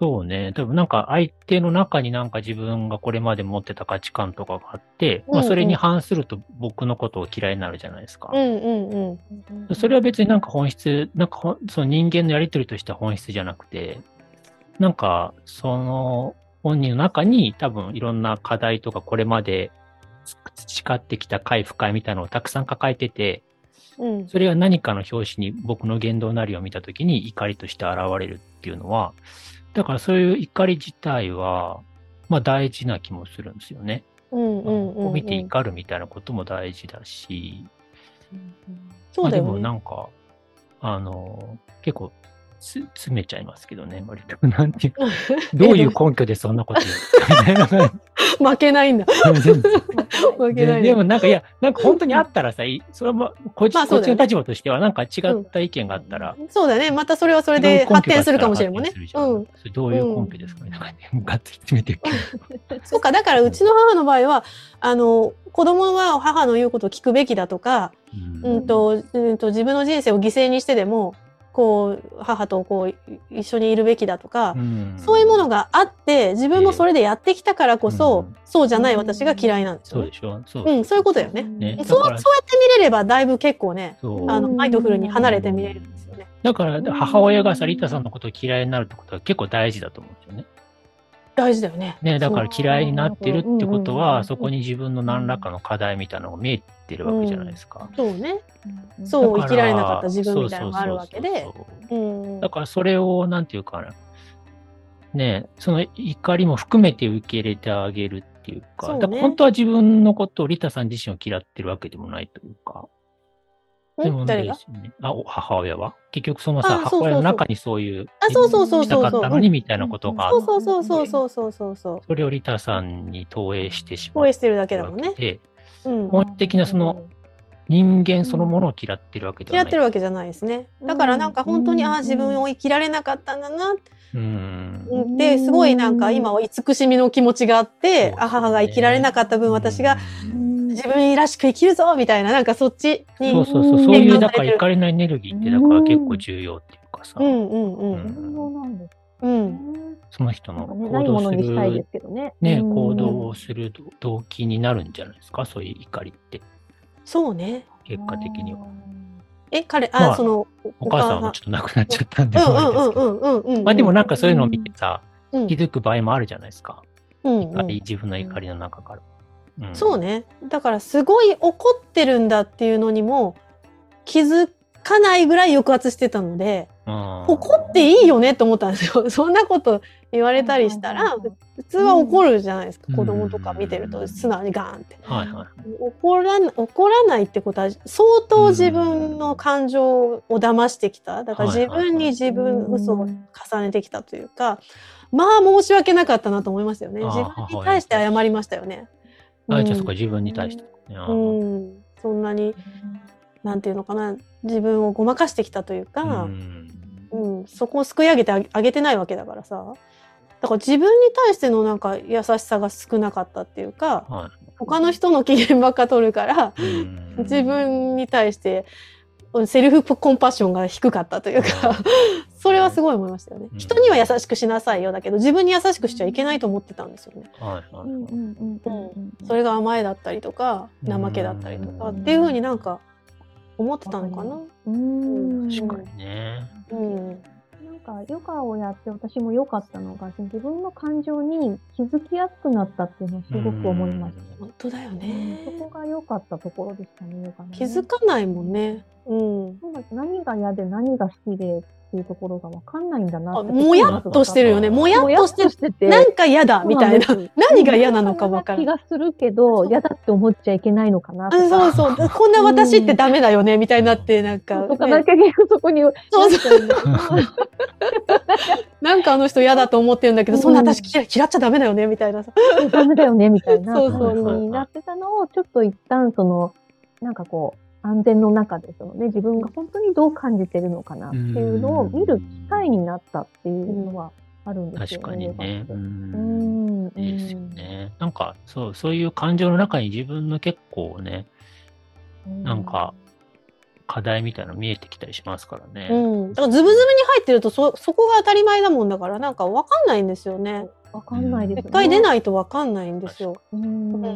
S3: そうね。多分なんか相手の中になんか自分がこれまで持ってた価値観とかがあって、まあ
S4: うんうん
S3: それに反すると僕のことを嫌いになるじゃないですか
S4: う。んうんうん
S3: それは別になんか本質、なんかほんその人間のやりとりとしては本質じゃなくて、なんかその本人の中に多分いろんな課題とかこれまで培ってきた快不快みたいなのをたくさん抱えてて、
S4: うん
S3: それが何かの表紙に僕の言動なりを見たときに怒りとして現れるっていうのは、だからそういう怒り自体は、まあ大事な気もするんですよね。
S4: うんうんうん
S3: こ
S4: う
S3: うん見て怒るみたいなことも大事だし、
S4: そうだ
S3: まあ
S4: よ
S3: でもな
S4: ね
S3: んか、あの、結構つ詰めちゃいますけどね、割と。 なんていう か、どういう根拠でそんなこと言うのみたいな
S4: 負けないんだ
S3: 全然
S4: 負けない
S3: で
S4: ね
S3: もなんか、いや、なんか本当にあったらさ、いそれはまあこっち、
S4: まあ
S3: こ
S4: そ
S3: っ
S4: う
S3: ち
S4: だよね
S3: の立場としては、なんか違った意見があったら、
S4: そうだねまたそれはそれで発展するかもしれんもんねうん
S3: それどういう根拠ですかね、なんかね、ガッツリ詰めてるけど。
S4: そうかだからうちの母の場合はあの子供は母の言うことを聞くべきだとか、
S3: うん
S4: うんとうん、と自分の人生を犠牲にしてでもこう母とこうい一緒にいるべきだとか、そういうものがあって自分もそれでやってきたからこそ、
S3: うん
S4: そうじゃない私が嫌いなんです
S3: そ
S4: よ
S3: う
S4: ね
S3: で。しょそう
S4: う
S3: で
S4: ん、そういうことだよね。
S3: ね
S4: そうそうや
S3: だから
S4: って見れればだいぶ結構ね
S3: そう
S4: あの
S5: うん
S4: マインドフルに離れて見れるんですよね。
S3: だから、
S5: うん
S3: 母親がサリタさんのことを嫌いになるってことは結構大事だと思うんですよね。
S4: 大事だよね。
S3: ね、だから
S5: そう
S3: 嫌いになってるってこと
S5: うんうんう
S3: は、
S5: ん
S3: そこに自分の何らかの課題みたいなのが見えてるわけじゃないですか。
S4: そうね。そう生
S3: だら
S4: きられなかった自分みたいなのがあるわけで
S3: そうそう。そうそう
S4: うん。
S3: だからそれを、なんていうかな、ねえ、その怒りも含めて受け入れてあげるっていうか、
S4: そうね
S3: だから本当は自分のことをリタさん自身を嫌ってるわけでもないというか、でも
S4: ん誰が
S3: ですねあ、お母親は結局そのさ、
S4: あそうそうそう
S3: 母親の中にそういう、
S4: あそうそうそう
S3: し
S4: そ
S3: た
S4: う
S3: かっ
S4: そう
S3: たのにみたいなことがあって、
S4: そうそうそうそうそうそうそう。
S3: それをリタさんに投影してしま
S4: 投
S3: う
S4: 影してるだけだ
S3: わ
S4: もん
S3: け
S4: ね。
S3: で、
S4: うん。
S3: 本質的なその人間そのものを嫌ってるわけで
S4: 嫌
S3: は
S4: っ
S3: ない。
S4: てるわけじゃないですね。だからなんか本当に、
S5: うん
S4: ああ自分を生きられなかったんだなっ
S3: うん。
S4: てすごいなんか今は慈しみの気持ちがあって、
S3: そう
S4: あ母が生きられなかった分私が
S3: うん
S4: 自分らしく生きるぞみたいななんかそっちに。
S3: そうそうそう、
S5: うん
S3: そういうだから怒りのエネルギーってだから結構重要っていうかさ、
S4: うんうんうん
S5: そうなんです
S4: うん
S5: ね。
S3: その人の
S5: ね、
S3: 行
S5: ない
S3: 動
S5: も
S3: す
S5: のにしたいで
S3: る
S5: す、けどね。
S3: ね、
S5: うん
S3: 行動をする動機になるんじゃないですか、そういう怒りって、
S4: そうね。
S3: 結果的には。
S4: え彼あ、
S3: まあ
S4: その
S3: お母さんはちょっと亡くなっちゃったんで、
S4: う
S3: あれで
S4: ん
S3: すけど
S4: うんうんうんうんうん。
S3: まあでもなんかそういうのを見てさ、
S4: うん
S3: 気づく場合もあるじゃないですか、
S4: うんう
S3: 怒り
S4: ん
S3: 自分の怒りの中から。うん
S4: そうね。だからすごい怒ってるんだっていうのにも気づかないぐらい抑圧してたので。
S3: うん
S4: 怒っていいよねと思ったんですよ。 そんなこと言われたりしたら、普通は怒るじゃないですか。
S3: うん
S4: 子供とか見てると素直にガーンって。
S3: はいはい。
S4: 怒らん怒らないってことは相当自分の感情を騙してきた。だから
S3: はいは
S4: 自
S3: いはい
S4: 分に自分嘘を重ねてきたというか、まあ申し訳なかったなと思いましたよね。
S3: あー
S4: 自分に対して謝りましたよね。
S3: あ
S4: うん
S3: じゃあそっか、自分に対して。あ
S4: う
S3: ー
S4: ん、そんなに、なんていうのかな、自分をごまかしてきたというか、
S3: うん
S4: うん、そこをすくい上げてあげあげてないわけだからさだから自分に対してのなんか優しさが少なかったっていうか
S3: は
S4: 他の人の機嫌ばっか取るから
S3: いうん
S4: 自分に対してセルフコンパッションが低かったというかそれはすごい思いましたよね
S3: うん
S4: 人には優しくしなさいよだけど自分に優しくしちゃいけないと思ってたんですよね
S3: はいはいはい。
S4: それが甘えだったりとか怠けだったりとかっていうふうになんか思ってたのかな
S5: うん。
S3: 確かにね。
S4: うん
S5: なんかヨガをやって私も良かったのが、その自分の感情に気づきやすくなったっていうのはすごく思いました。
S4: 本当だよ
S5: うんそ
S4: ね
S5: こが良かったところでしたね、ヨガのね
S4: 気づかないもんねうん
S5: そうです何が嫌で何が好きでっていうところが分かんないんだな
S4: あもやっとしてるよねもやっとしてる
S5: てて
S4: なんか嫌だみたいな
S5: そうなんです
S4: 何が嫌なのかわから
S5: 気
S4: ない
S5: がするけど嫌だって思っちゃいけないのかなと
S4: あ
S5: か
S4: そうそうこんな私ってダメだよねみたいになってなんか、
S5: とか
S4: ね
S5: だけそこに
S4: そうそう
S5: そう
S4: なんかあの人嫌だと思ってるんだけど、そんな
S5: うん
S4: 私嫌い嫌っちゃダメだよねみたいなさ。
S5: ダメだよねみたいな
S4: そう
S3: そう
S5: 感じになってたのをちょっと一旦そのなんかこう安全の中でそのね自分が本当にどう感じてるのかなっていうのを見る機会になったっていうのはあるんです
S3: 確
S5: よ
S3: かにね。う。
S5: うんん
S3: いいですよね。なんか、そう、そういう感情の中に自分の結構ね、なんか、課題みたいなの見えてきたりしますからね。
S4: うん。だからズブズブに入ってるとそそこが当たり前だもんだからなんかわかんないんですよね。
S5: わかんないです
S4: 一回出ないとわかんないんですよ。
S5: うん
S4: う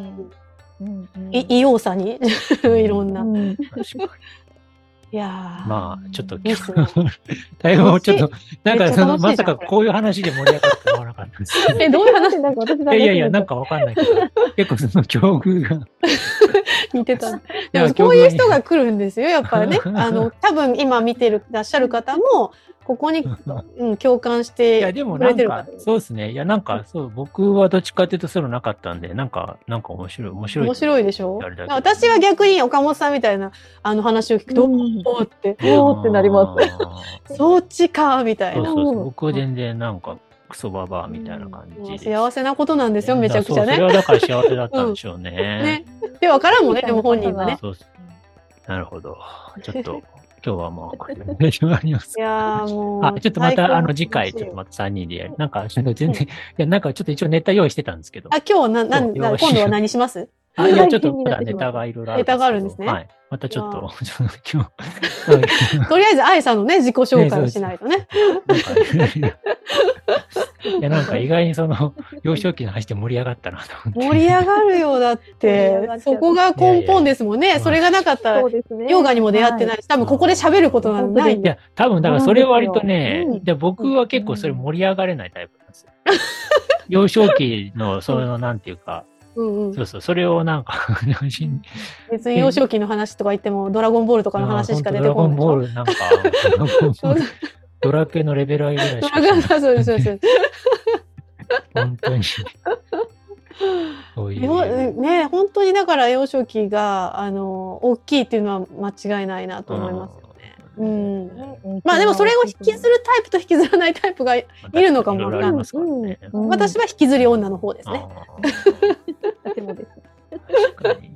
S5: うん
S4: ん
S5: うん
S4: い異様さに いろんな。
S5: う
S4: い
S5: ん
S3: 確かに。
S4: やー
S3: まあ、ちょっと、
S4: いいっすね
S3: だいぶちょっと、なん
S4: め
S3: か
S4: っちゃ
S3: その、
S4: 楽しいじゃん。
S3: まさかこういう話で盛り上がってもらわなかったんですけど
S4: えどういう話
S5: なんか私が
S3: いやいやいや、なんかわかんないけど、 結構その境遇が。
S4: 似てた。で
S3: や
S4: もこういう人
S3: 境遇が
S4: が来るんですよやっぱ りね。あの多分今見てるらっしゃる方もここ に、うん、共感し
S3: いや、
S4: て
S3: でも
S4: く
S3: な
S4: れ
S3: ん
S4: てる
S3: か
S4: か、
S3: そうですね。いや、なんか、そう、僕はどっちかっていうと、そういうのなかったんで、なんか、なんか面白い、面白い。
S4: 面白いでしょ
S3: あれだけど。
S4: 私は逆に岡本さんみたいなあの話を聞くと、
S5: うん
S4: おーって
S5: おーってなります
S4: そっちかみたい
S3: そう
S4: な
S3: そうそう。僕は全然なんか、クソババアみたいな感じで。
S4: 幸せなことなんですよめちゃくちゃ
S3: そうそ
S4: ね
S3: れはだから幸せだったんでしょうね。
S4: ねでわからんもんねでも本人はね
S3: そうそうなるほど。ちょっと、今日はもう、これで終わります
S4: い。やー もう
S3: あ、ちょっとま
S4: 最高
S3: た、あの、次回、
S4: 話
S3: ち
S4: よ
S3: ょっとまた3人でやる。なんか、ちょっと全然、いや、なんかちょっと一応ネタ用意してたんですけど
S4: あ。今日なな
S3: そう
S4: な
S3: よろしい
S4: 今度は何します
S3: あ、いや、ちょっ
S5: 気
S3: と
S5: に
S3: ま
S5: な
S3: だ
S5: ってし
S3: ネ
S5: まう
S3: タがいろいろある
S4: ネタがあるんです
S3: け
S4: ね
S3: どはい。またちょっ
S4: いや
S3: と、ちょっと今日、なんか
S4: とりあえず愛さんのね自己紹介をしない とね
S3: いや、なんか意外にその、幼少期の話で盛り上がったなと思って。
S4: 盛り上がるよだっ
S5: 盛り
S4: て
S5: 上がっちゃう
S4: そこが根本ですもんね
S3: やいや
S4: それがなかったら
S5: そうですね
S4: ヨガにも出会ってないし、多分ここで喋ることなんてないん
S3: い
S4: で
S3: や、多分、だからそれ割とね
S5: うん、
S3: で僕は結構それ盛り上がれないタイプなんです よ。幼少期の、その、なんていうか、
S4: うんうん
S3: そうそう、それをなんか、内心 に
S4: 別に幼少期の話とか言っても「ドラゴンボール」とかの話しか出てこない
S3: ドラゴンボー ルなんか、ドラゴンボールドラクエのレベル上げぐらいしか
S4: ドラゴンボールそうですそうですそうです
S3: 本当 に。そうい
S4: 日本
S3: う。
S4: ね本当にだから幼少期があの大きいっていうのは間違いないなと思いますよね。うんまあでもそれを引きずるタイプと引きずらないタイプがいるのかも
S3: いろいろありますからね。
S5: うん
S4: 私は引きずり女の方ですね。
S5: あでもです
S3: あー確かに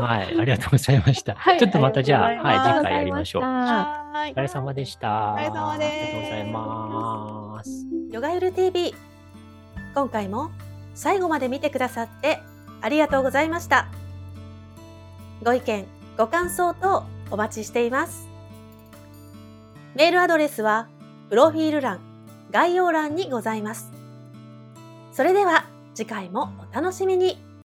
S3: はい、ありがとうございました。
S4: はい
S3: ちょっとまたじゃあ、
S5: ありがとうございま
S3: はい、次
S5: す
S3: 回やりましょう。お
S4: はーい
S3: 疲れ様でした。
S4: お疲れ様です
S3: ありがとうございます。
S1: ヨガゆる TV 今回も最後まで見てくださってありがとうございましたご意見ご感想等お待ちしていますメールアドレスはプロフィール欄概要欄にございますそれでは次回もお楽しみに